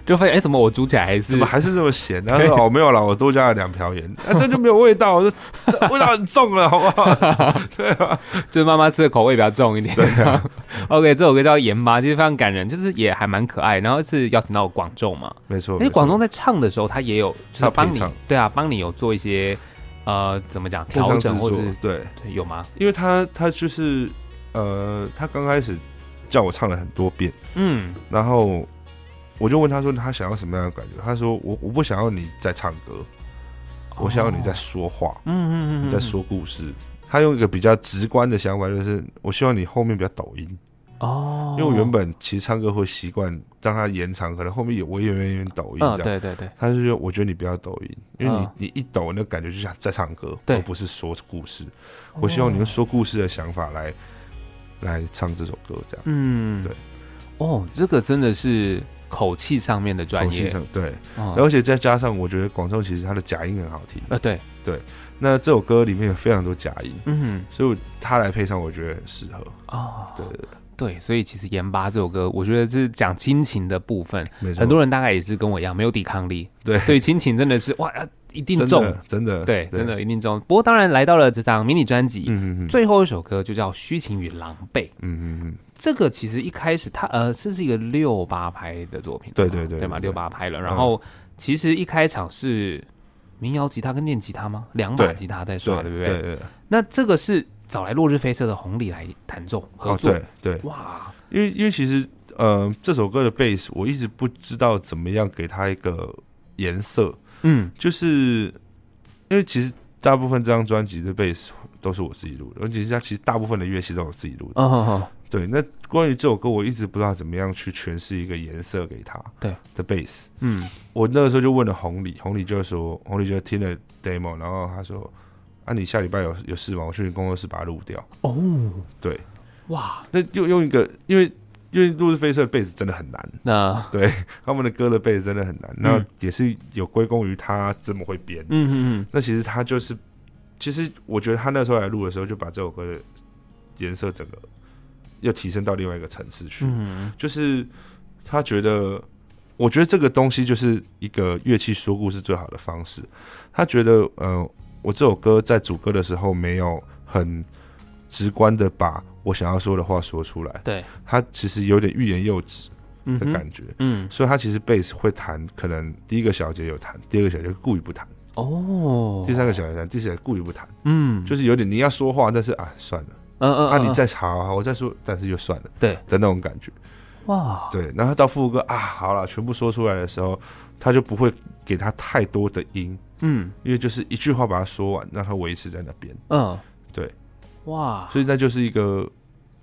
[SPEAKER 1] 就发现哎，怎么我煮起来还
[SPEAKER 2] 怎
[SPEAKER 1] 是
[SPEAKER 2] 么还是这么咸？他说哦没有了，我多加了两瓢盐，啊这就没有味 道，这这味道很重了，好不好？对啊，
[SPEAKER 1] 就是妈妈吃的口味比较重一点。对、OK，这首 歌叫《盐巴》，其实非常感人，就是也还蛮可爱。然后是邀请到广仲嘛，
[SPEAKER 2] 没错。
[SPEAKER 1] 因为广仲在唱的时候，他也有就是
[SPEAKER 2] 他
[SPEAKER 1] 帮
[SPEAKER 2] 配
[SPEAKER 1] 你
[SPEAKER 2] 唱，
[SPEAKER 1] 对啊，帮你有做一些呃怎么讲调整，或是
[SPEAKER 2] 对，
[SPEAKER 1] 对有吗？
[SPEAKER 2] 因为他他就是呃，他刚开始叫我唱了很多遍，
[SPEAKER 1] 嗯，
[SPEAKER 2] 然后我就问他说他想要什么样的感觉，他说我我不想要你在唱歌，我想要你在
[SPEAKER 1] 哦，
[SPEAKER 2] 说话，
[SPEAKER 1] 嗯嗯嗯，
[SPEAKER 2] 你在说故事。他用一个比较直观的想法，就是我希望你后面不要抖音，
[SPEAKER 1] 哦，
[SPEAKER 2] 因为我原本其实唱歌会习惯让它延长，可能后面也我也有点抖音
[SPEAKER 1] 嗯，
[SPEAKER 2] 这样。
[SPEAKER 1] 对对对，
[SPEAKER 2] 他就说：“我觉得你不要抖音，因为你、
[SPEAKER 1] 嗯
[SPEAKER 2] 你一抖，那感觉就像在唱歌，
[SPEAKER 1] 对哦
[SPEAKER 2] 而不是说故事。我希望你用说故事的想法来来唱这首歌，这样。
[SPEAKER 1] 嗯，
[SPEAKER 2] 对，
[SPEAKER 1] 哦，这个真的是口气上面的专
[SPEAKER 2] 口气
[SPEAKER 1] 业，
[SPEAKER 2] 上对，
[SPEAKER 1] 嗯
[SPEAKER 2] 然后而且再加上我觉得广州其实它的假音很好听，
[SPEAKER 1] 呃，对，
[SPEAKER 2] 那这首歌里面有非常多假音，
[SPEAKER 1] 嗯，
[SPEAKER 2] 所以我他来配上我觉得很适合。
[SPEAKER 1] 哦，
[SPEAKER 2] 对，对对
[SPEAKER 1] 对，所以其实《盐巴》这首歌，我觉得是讲亲情的部分，
[SPEAKER 2] 没错，
[SPEAKER 1] 很多人大概也是跟我一样没有抵抗力，
[SPEAKER 2] 对
[SPEAKER 1] 对于亲情真的是 哇，啊一定
[SPEAKER 2] 真
[SPEAKER 1] 中，
[SPEAKER 2] 的真的
[SPEAKER 1] 对，真，的一定中。不过当然来到了这张迷你专辑，
[SPEAKER 2] 嗯嗯嗯
[SPEAKER 1] 最后一首歌就叫《虚情与狼狈》。
[SPEAKER 2] 嗯嗯嗯，
[SPEAKER 1] 这个其实一开始它呃，这是一个六八拍的作品嘛，
[SPEAKER 2] 对对对
[SPEAKER 1] 对嘛，
[SPEAKER 2] 对嗯
[SPEAKER 1] 六八拍了。然后其实一开场是民谣吉他跟电吉他吗？两把
[SPEAKER 2] 对
[SPEAKER 1] 吉他在刷，对不
[SPEAKER 2] 对？对，哦
[SPEAKER 1] 那这个是找来落日飞车的红礼来弹奏合
[SPEAKER 2] 哦
[SPEAKER 1] 作，
[SPEAKER 2] 对对，
[SPEAKER 1] 哇，
[SPEAKER 2] 因为因为其实呃这首歌的贝斯我一直不知道怎么样给它一个颜色，
[SPEAKER 1] 嗯，
[SPEAKER 2] 就是因为其实大部分这张专辑的贝斯都是我自己录的，而且是它其实大部分的乐器都是我自己录的。
[SPEAKER 1] 哦哦哦，
[SPEAKER 2] 对，那关于这首歌，我一直不知道怎么样去诠释一个颜色给它
[SPEAKER 1] 对
[SPEAKER 2] 的贝斯。
[SPEAKER 1] 嗯，
[SPEAKER 2] 我那个时候就问了红礼，红礼就说，红礼就听了 demo，然后他说：“啊，你下礼拜有有事吗？我去你工作室把它录掉。
[SPEAKER 1] 哦，
[SPEAKER 2] 对，
[SPEAKER 1] 哇，”
[SPEAKER 2] 那就用一个，因为因为录制飞色的贝斯真的很难，
[SPEAKER 1] 那
[SPEAKER 2] 他们的歌的贝斯真的很难，那也是有归功于他这么会编。
[SPEAKER 1] 嗯嗯
[SPEAKER 2] 那其实他就是，其实我觉得他那时候来录的时候，就把这首歌的颜色整个又提升到另外一个层次去。
[SPEAKER 1] 嗯
[SPEAKER 2] 就是他觉得，我觉得这个东西就是一个乐器说故事最好的方式。他觉得，呃，我这首歌在主歌的时候没有很直观的把我想要说的话说出来，
[SPEAKER 1] 对，
[SPEAKER 2] 他其实有点欲言又止
[SPEAKER 1] 嗯
[SPEAKER 2] 的
[SPEAKER 1] 哼
[SPEAKER 2] 感觉。
[SPEAKER 1] 嗯，
[SPEAKER 2] 所以他其实贝斯会弹，可能第一个小节有弹，第二个小节故意不弹，
[SPEAKER 1] 哦，
[SPEAKER 2] 第三个小节弹，第四个小节故意不弹，
[SPEAKER 1] 嗯，
[SPEAKER 2] 就是有点你要说话，但是啊算了，
[SPEAKER 1] 嗯嗯，
[SPEAKER 2] 啊
[SPEAKER 1] 嗯
[SPEAKER 2] 你再好好我再说，但是又算了，
[SPEAKER 1] 对
[SPEAKER 2] 的那种感觉。
[SPEAKER 1] 哇，
[SPEAKER 2] 对，然后到副歌啊，好了，全部说出来的时候，他就不会给他太多的音，
[SPEAKER 1] 嗯
[SPEAKER 2] 因为就是一句话把它说完，让他维持在那边。
[SPEAKER 1] 嗯，
[SPEAKER 2] 对，
[SPEAKER 1] 哇，
[SPEAKER 2] 所以那就是一个，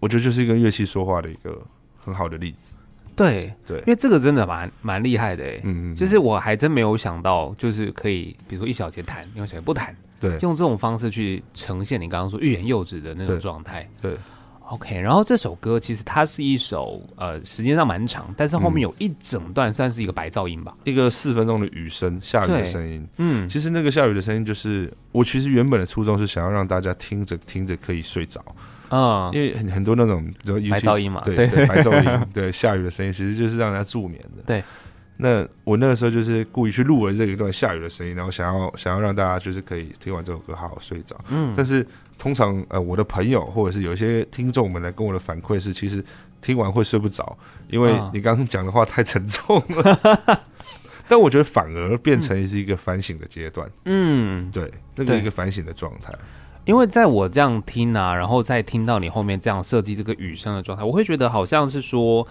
[SPEAKER 2] 我觉得就是一个乐器说话的一个很好的例子。
[SPEAKER 1] 对
[SPEAKER 2] 对
[SPEAKER 1] 因为这个真的蛮蛮厉害的哎，
[SPEAKER 2] 嗯嗯，
[SPEAKER 1] 就是我还真没有想到，就是可以，比如说一小节弹，一小节不弹，
[SPEAKER 2] 对
[SPEAKER 1] 用这种方式去呈现你刚刚说欲言又止的那种状态。
[SPEAKER 2] 对
[SPEAKER 1] OK，然后这首歌其实它是一首呃时间上蛮长，但是后面有一整段算是一个白噪音吧。
[SPEAKER 2] 一个四分钟的雨声，下雨的
[SPEAKER 1] 对
[SPEAKER 2] 声音。
[SPEAKER 1] 嗯，
[SPEAKER 2] 其实那个下雨的声音，就是我其实原本的初衷是想要让大家听着听着可以睡着，
[SPEAKER 1] 啊、
[SPEAKER 2] 因为很很多那种比如说
[SPEAKER 1] 白
[SPEAKER 2] YouTube
[SPEAKER 1] 噪音嘛，
[SPEAKER 2] 对对，白噪 音，对下雨的声音，其实就是让人家助眠的。
[SPEAKER 1] 对，
[SPEAKER 2] 那我那个时候就是故意去录了这一段下雨的声音，然后想要想要让大家就是可以听完这首歌好好睡着。
[SPEAKER 1] 嗯，
[SPEAKER 2] 但是通常呃，我的朋友或者是有一些听众们来跟我的反馈是，其实听完会睡不着，因为
[SPEAKER 1] 啊
[SPEAKER 2] 你刚刚讲的话太沉重了。 但我觉得反而变成是一个反省的阶段，
[SPEAKER 1] 嗯，
[SPEAKER 2] 对，那个
[SPEAKER 1] 对
[SPEAKER 2] 一个反省的状态，
[SPEAKER 1] 因为在我这样听啊，然后再听到你后面这样设计这个雨声的状态，我会觉得好像是说，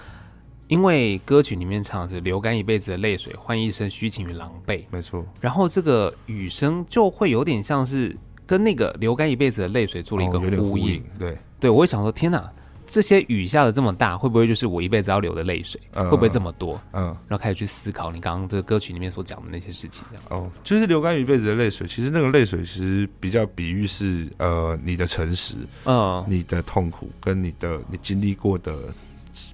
[SPEAKER 1] 因为歌曲里面唱的是流干一辈子的泪水，换一身虚情与狼狈，
[SPEAKER 2] 没错，
[SPEAKER 1] 然后这个雨声就会有点像是跟那个流干一辈子的泪水做了一个
[SPEAKER 2] 哦有点
[SPEAKER 1] 呼应。
[SPEAKER 2] 应，对，
[SPEAKER 1] 对，我会想说，天哪，这些雨下的这么大，会不会就是我一辈子要流的泪水？
[SPEAKER 2] 嗯
[SPEAKER 1] 会不会这么多？
[SPEAKER 2] 嗯。
[SPEAKER 1] 然后开始去思考你刚刚这个歌曲里面所讲的那些事情，这样。
[SPEAKER 2] 哦，就是流干一辈子的泪水，其实那个泪水其实比较比喻是呃你的诚实、
[SPEAKER 1] 嗯
[SPEAKER 2] 你的痛苦跟你的你经历过的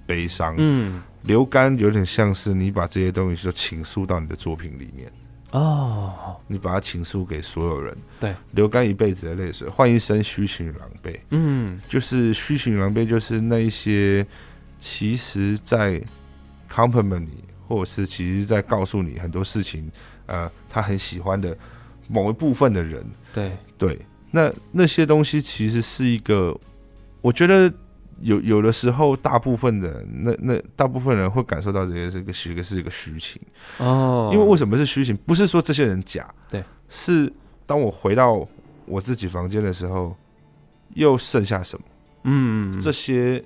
[SPEAKER 2] 悲伤。
[SPEAKER 1] 嗯
[SPEAKER 2] 流干有点像是你把这些东西就倾诉到你的作品里面，
[SPEAKER 1] 哦
[SPEAKER 2] 你把它倾诉给所有人。
[SPEAKER 1] 对，
[SPEAKER 2] 流干一辈子的泪水，换一身虚情与狼狈，
[SPEAKER 1] 嗯
[SPEAKER 2] 就是虚情与狼狈，就是那一些其实在 compliment 你，或者是其实在告诉你很多事情，呃，他很喜欢的某一部分的人。
[SPEAKER 1] 对
[SPEAKER 2] 对，那那些东西其实是一个，我觉得有有的时候，大部分的人那那大部分人会感受到这些是个是个是一个虚情，
[SPEAKER 1] 哦，
[SPEAKER 2] 因为为什么是虚情？不是说这些人假，
[SPEAKER 1] 对，
[SPEAKER 2] 是当我回到我自己房间的时候，又剩下什么？
[SPEAKER 1] 嗯，
[SPEAKER 2] 这些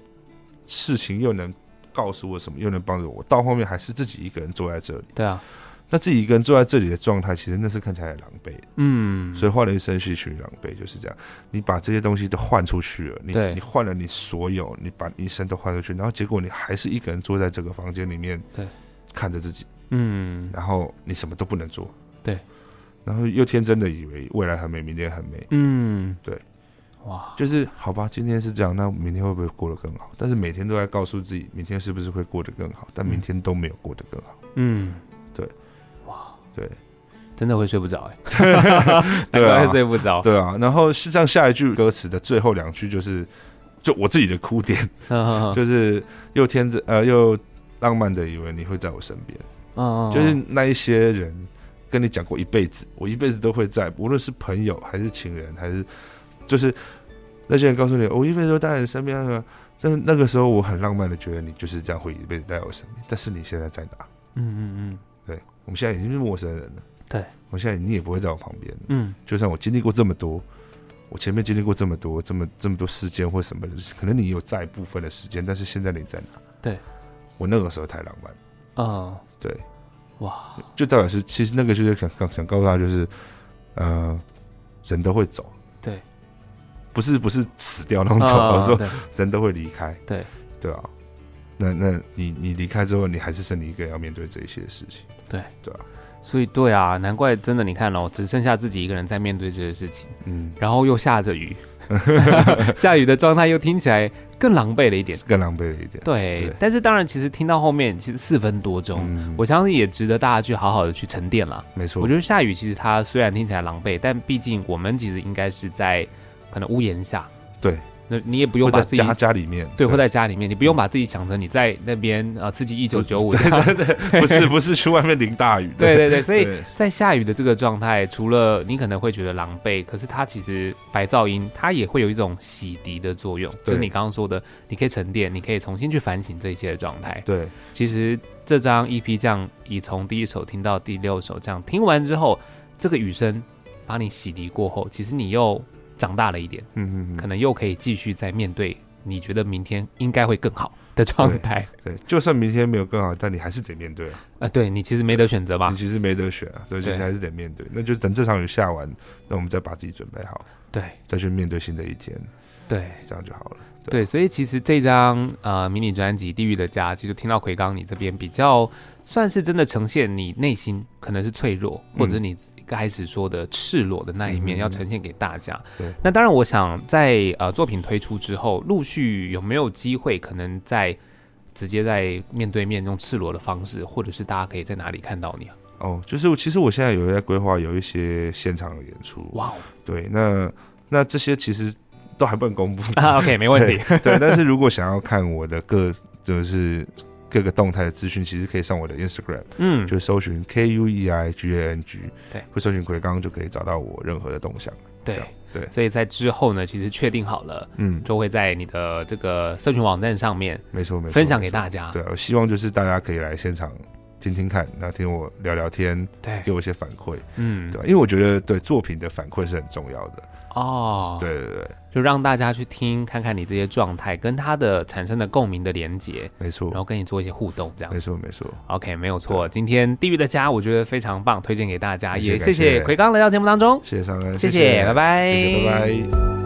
[SPEAKER 2] 事情又能告诉我什么，又能帮助我。到后面还是自己一个人坐在这里，
[SPEAKER 1] 对啊，
[SPEAKER 2] 那自己一个人坐在这里的状态，其实那是看起来很狼狈的。
[SPEAKER 1] 嗯，
[SPEAKER 2] 所以换了一身是一群狼狈，就是这样。你把这些东西都换出去了，你
[SPEAKER 1] 对
[SPEAKER 2] 你换了你所有，你把你一身都换出去，然后结果你还是一个人坐在这个房间里面，
[SPEAKER 1] 对，
[SPEAKER 2] 看着自己，
[SPEAKER 1] 嗯
[SPEAKER 2] 然后你什么都不能做，
[SPEAKER 1] 对，
[SPEAKER 2] 然后又天真的以为未来很美，明天很美，
[SPEAKER 1] 嗯，
[SPEAKER 2] 对，
[SPEAKER 1] 哇，
[SPEAKER 2] 就是好吧，今天是这样，那明天会不会过得更好？但是每天都在告诉自己，明天是不是会过得更好？但明天都没有过得更好，
[SPEAKER 1] 嗯，
[SPEAKER 2] 对，
[SPEAKER 1] 哇，
[SPEAKER 2] 对，
[SPEAKER 1] 真的会睡不着 哎， 难
[SPEAKER 2] 对
[SPEAKER 1] 怪
[SPEAKER 2] 啊
[SPEAKER 1] 会睡不着，
[SPEAKER 2] 对啊。然后事实上，下一句歌词的最后两句就是，就我自己的哭点。
[SPEAKER 1] 嗯
[SPEAKER 2] 就是又天真呃又浪漫的以为你会在我身边，
[SPEAKER 1] 嗯
[SPEAKER 2] 就是那一些人跟你讲过一辈子，我一辈子都会在，无论是朋友还是情人还是就是那些人告诉你哦我一辈子都待在你身边啊，但是那个时候我很浪漫的觉得你就是这样会一辈子待在我身边，但是你现在在哪？
[SPEAKER 1] 嗯嗯
[SPEAKER 2] 对我们现在已经是陌生人了，
[SPEAKER 1] 对
[SPEAKER 2] 我现在你也不会在我旁边了，
[SPEAKER 1] 嗯
[SPEAKER 2] 就算我经历过这么多。我前面经历过这么多、这么这么多事件或什么的，可能你有在部分的时间，但是现在你在哪？
[SPEAKER 1] 对，
[SPEAKER 2] 我那个时候太浪漫了，
[SPEAKER 1] 嗯嗯，
[SPEAKER 2] 对，
[SPEAKER 1] 哇，
[SPEAKER 2] 就代表是其实那个就是想想想告诉他就是，呃，人都会走，
[SPEAKER 1] 对，
[SPEAKER 2] 不是不是死掉那种走， 我、
[SPEAKER 1] 啊
[SPEAKER 2] 说
[SPEAKER 1] 对
[SPEAKER 2] 人都会离开，
[SPEAKER 1] 对
[SPEAKER 2] 对啊，那那你你离开之后，你还是剩你一个人要面对这一些事情，
[SPEAKER 1] 对
[SPEAKER 2] 对啊，
[SPEAKER 1] 所以对啊，难怪真的，你看哦，只剩下自己一个人在面对这些事情，
[SPEAKER 2] 嗯，
[SPEAKER 1] 然后又下着 雨， 下雨的状态又听起来更狼狈了一点。
[SPEAKER 2] 更狼狈了一点，
[SPEAKER 1] 对，
[SPEAKER 2] 对
[SPEAKER 1] 但是当然，其实听到后面，其实四分多钟，
[SPEAKER 2] 嗯
[SPEAKER 1] 我相信也值得大家去好好的去沉淀啦。
[SPEAKER 2] 没错，
[SPEAKER 1] 我觉得下雨其实它虽然听起来狼狈，但毕竟我们其实应该是在可能屋檐下，
[SPEAKER 2] 对，
[SPEAKER 1] 那你也不
[SPEAKER 2] 或
[SPEAKER 1] 用把
[SPEAKER 2] 在
[SPEAKER 1] 自己
[SPEAKER 2] 家家里面，
[SPEAKER 1] 对，或在家里面，你不用把自己想成你在那边呃刺激一九九五，
[SPEAKER 2] 不是不是去外面淋大雨，
[SPEAKER 1] 对对对，所以
[SPEAKER 2] 对
[SPEAKER 1] 在下雨的这个状态，除了你可能会觉得狼狈，可是它其实白噪音它也会有一种洗涤的作用，就
[SPEAKER 2] 对
[SPEAKER 1] 是你刚刚说的，你可以沉淀，你可以重新去反省这一些的状态。
[SPEAKER 2] 对
[SPEAKER 1] 其实这张 EP 这样，以从第一首听到第六首，这样听完之后，这个雨声把你洗涤过后，其实你又长大了一点，
[SPEAKER 2] 嗯嗯
[SPEAKER 1] 可
[SPEAKER 2] 嗯，
[SPEAKER 1] 能又可以继续再面对你觉得明天应该会更好的状态。
[SPEAKER 2] 对，就算明天没有更好，但你还是得面对啊。
[SPEAKER 1] 啊，对你其实没得选择嘛
[SPEAKER 2] 你，其实没得选啊，对，
[SPEAKER 1] 对
[SPEAKER 2] 其实还是得面对。那就等这场雨下完，那我们再把自己准备好，
[SPEAKER 1] 对
[SPEAKER 2] 再去面对新的一天，
[SPEAKER 1] 对。
[SPEAKER 2] 这样就好了。
[SPEAKER 1] 对，所以其实这张呃迷你专辑《地狱的家》，其实听到奎刚你这边比较算是真的呈现你内心可能是脆弱，或者是你一开始说的赤裸的那一面，
[SPEAKER 2] 嗯
[SPEAKER 1] 要呈现给大家。
[SPEAKER 2] 对
[SPEAKER 1] 那当然，我想在呃作品推出之后，陆续有没有机会可能在直接在面对面用赤裸的方式，或者是大家可以在哪里看到你啊？
[SPEAKER 2] 哦，就是我其实我现在有在规划有一些现场的演出，
[SPEAKER 1] 哇哦
[SPEAKER 2] 对，那那这些其实都还不能公布，
[SPEAKER 1] 啊，OK，没问题。
[SPEAKER 2] 对，但是如果想要看我的各就是各个动态的资讯，其实可以上我的 Instagram，
[SPEAKER 1] 嗯，
[SPEAKER 2] 就搜寻 K U E I G A N G，
[SPEAKER 1] 对，
[SPEAKER 2] 会搜寻奎刚就可以找到我任何的动向。
[SPEAKER 1] 对
[SPEAKER 2] 这样对
[SPEAKER 1] 所以在之后呢，其实确定好了，
[SPEAKER 2] 嗯，
[SPEAKER 1] 就会在你的这个社群网站上面
[SPEAKER 2] 没错没错，
[SPEAKER 1] 分享给
[SPEAKER 2] 没错
[SPEAKER 1] 大家。
[SPEAKER 2] 对，我希望就是大家可以来现场听听看，然后听我聊聊天，
[SPEAKER 1] 对
[SPEAKER 2] 给我一些反馈，
[SPEAKER 1] 嗯
[SPEAKER 2] 对，啊吧？因为我觉得对作品的反馈是很重要的，
[SPEAKER 1] 哦，，
[SPEAKER 2] 对对对，
[SPEAKER 1] 就让大家去听，看看你这些状态跟他的产生的共鸣的连接，
[SPEAKER 2] 没
[SPEAKER 1] 然
[SPEAKER 2] 错，
[SPEAKER 1] 后跟你做一些互动，这样
[SPEAKER 2] 没。错，没错。
[SPEAKER 1] OK，没有错。今天《地狱的家》我觉得非常棒，推荐给大家，
[SPEAKER 2] 感谢
[SPEAKER 1] 也
[SPEAKER 2] 感
[SPEAKER 1] 谢谢
[SPEAKER 2] 谢
[SPEAKER 1] 奎刚来到节目当中，
[SPEAKER 2] 谢谢上恩，
[SPEAKER 1] 谢谢，拜拜，
[SPEAKER 2] 谢谢，拜拜。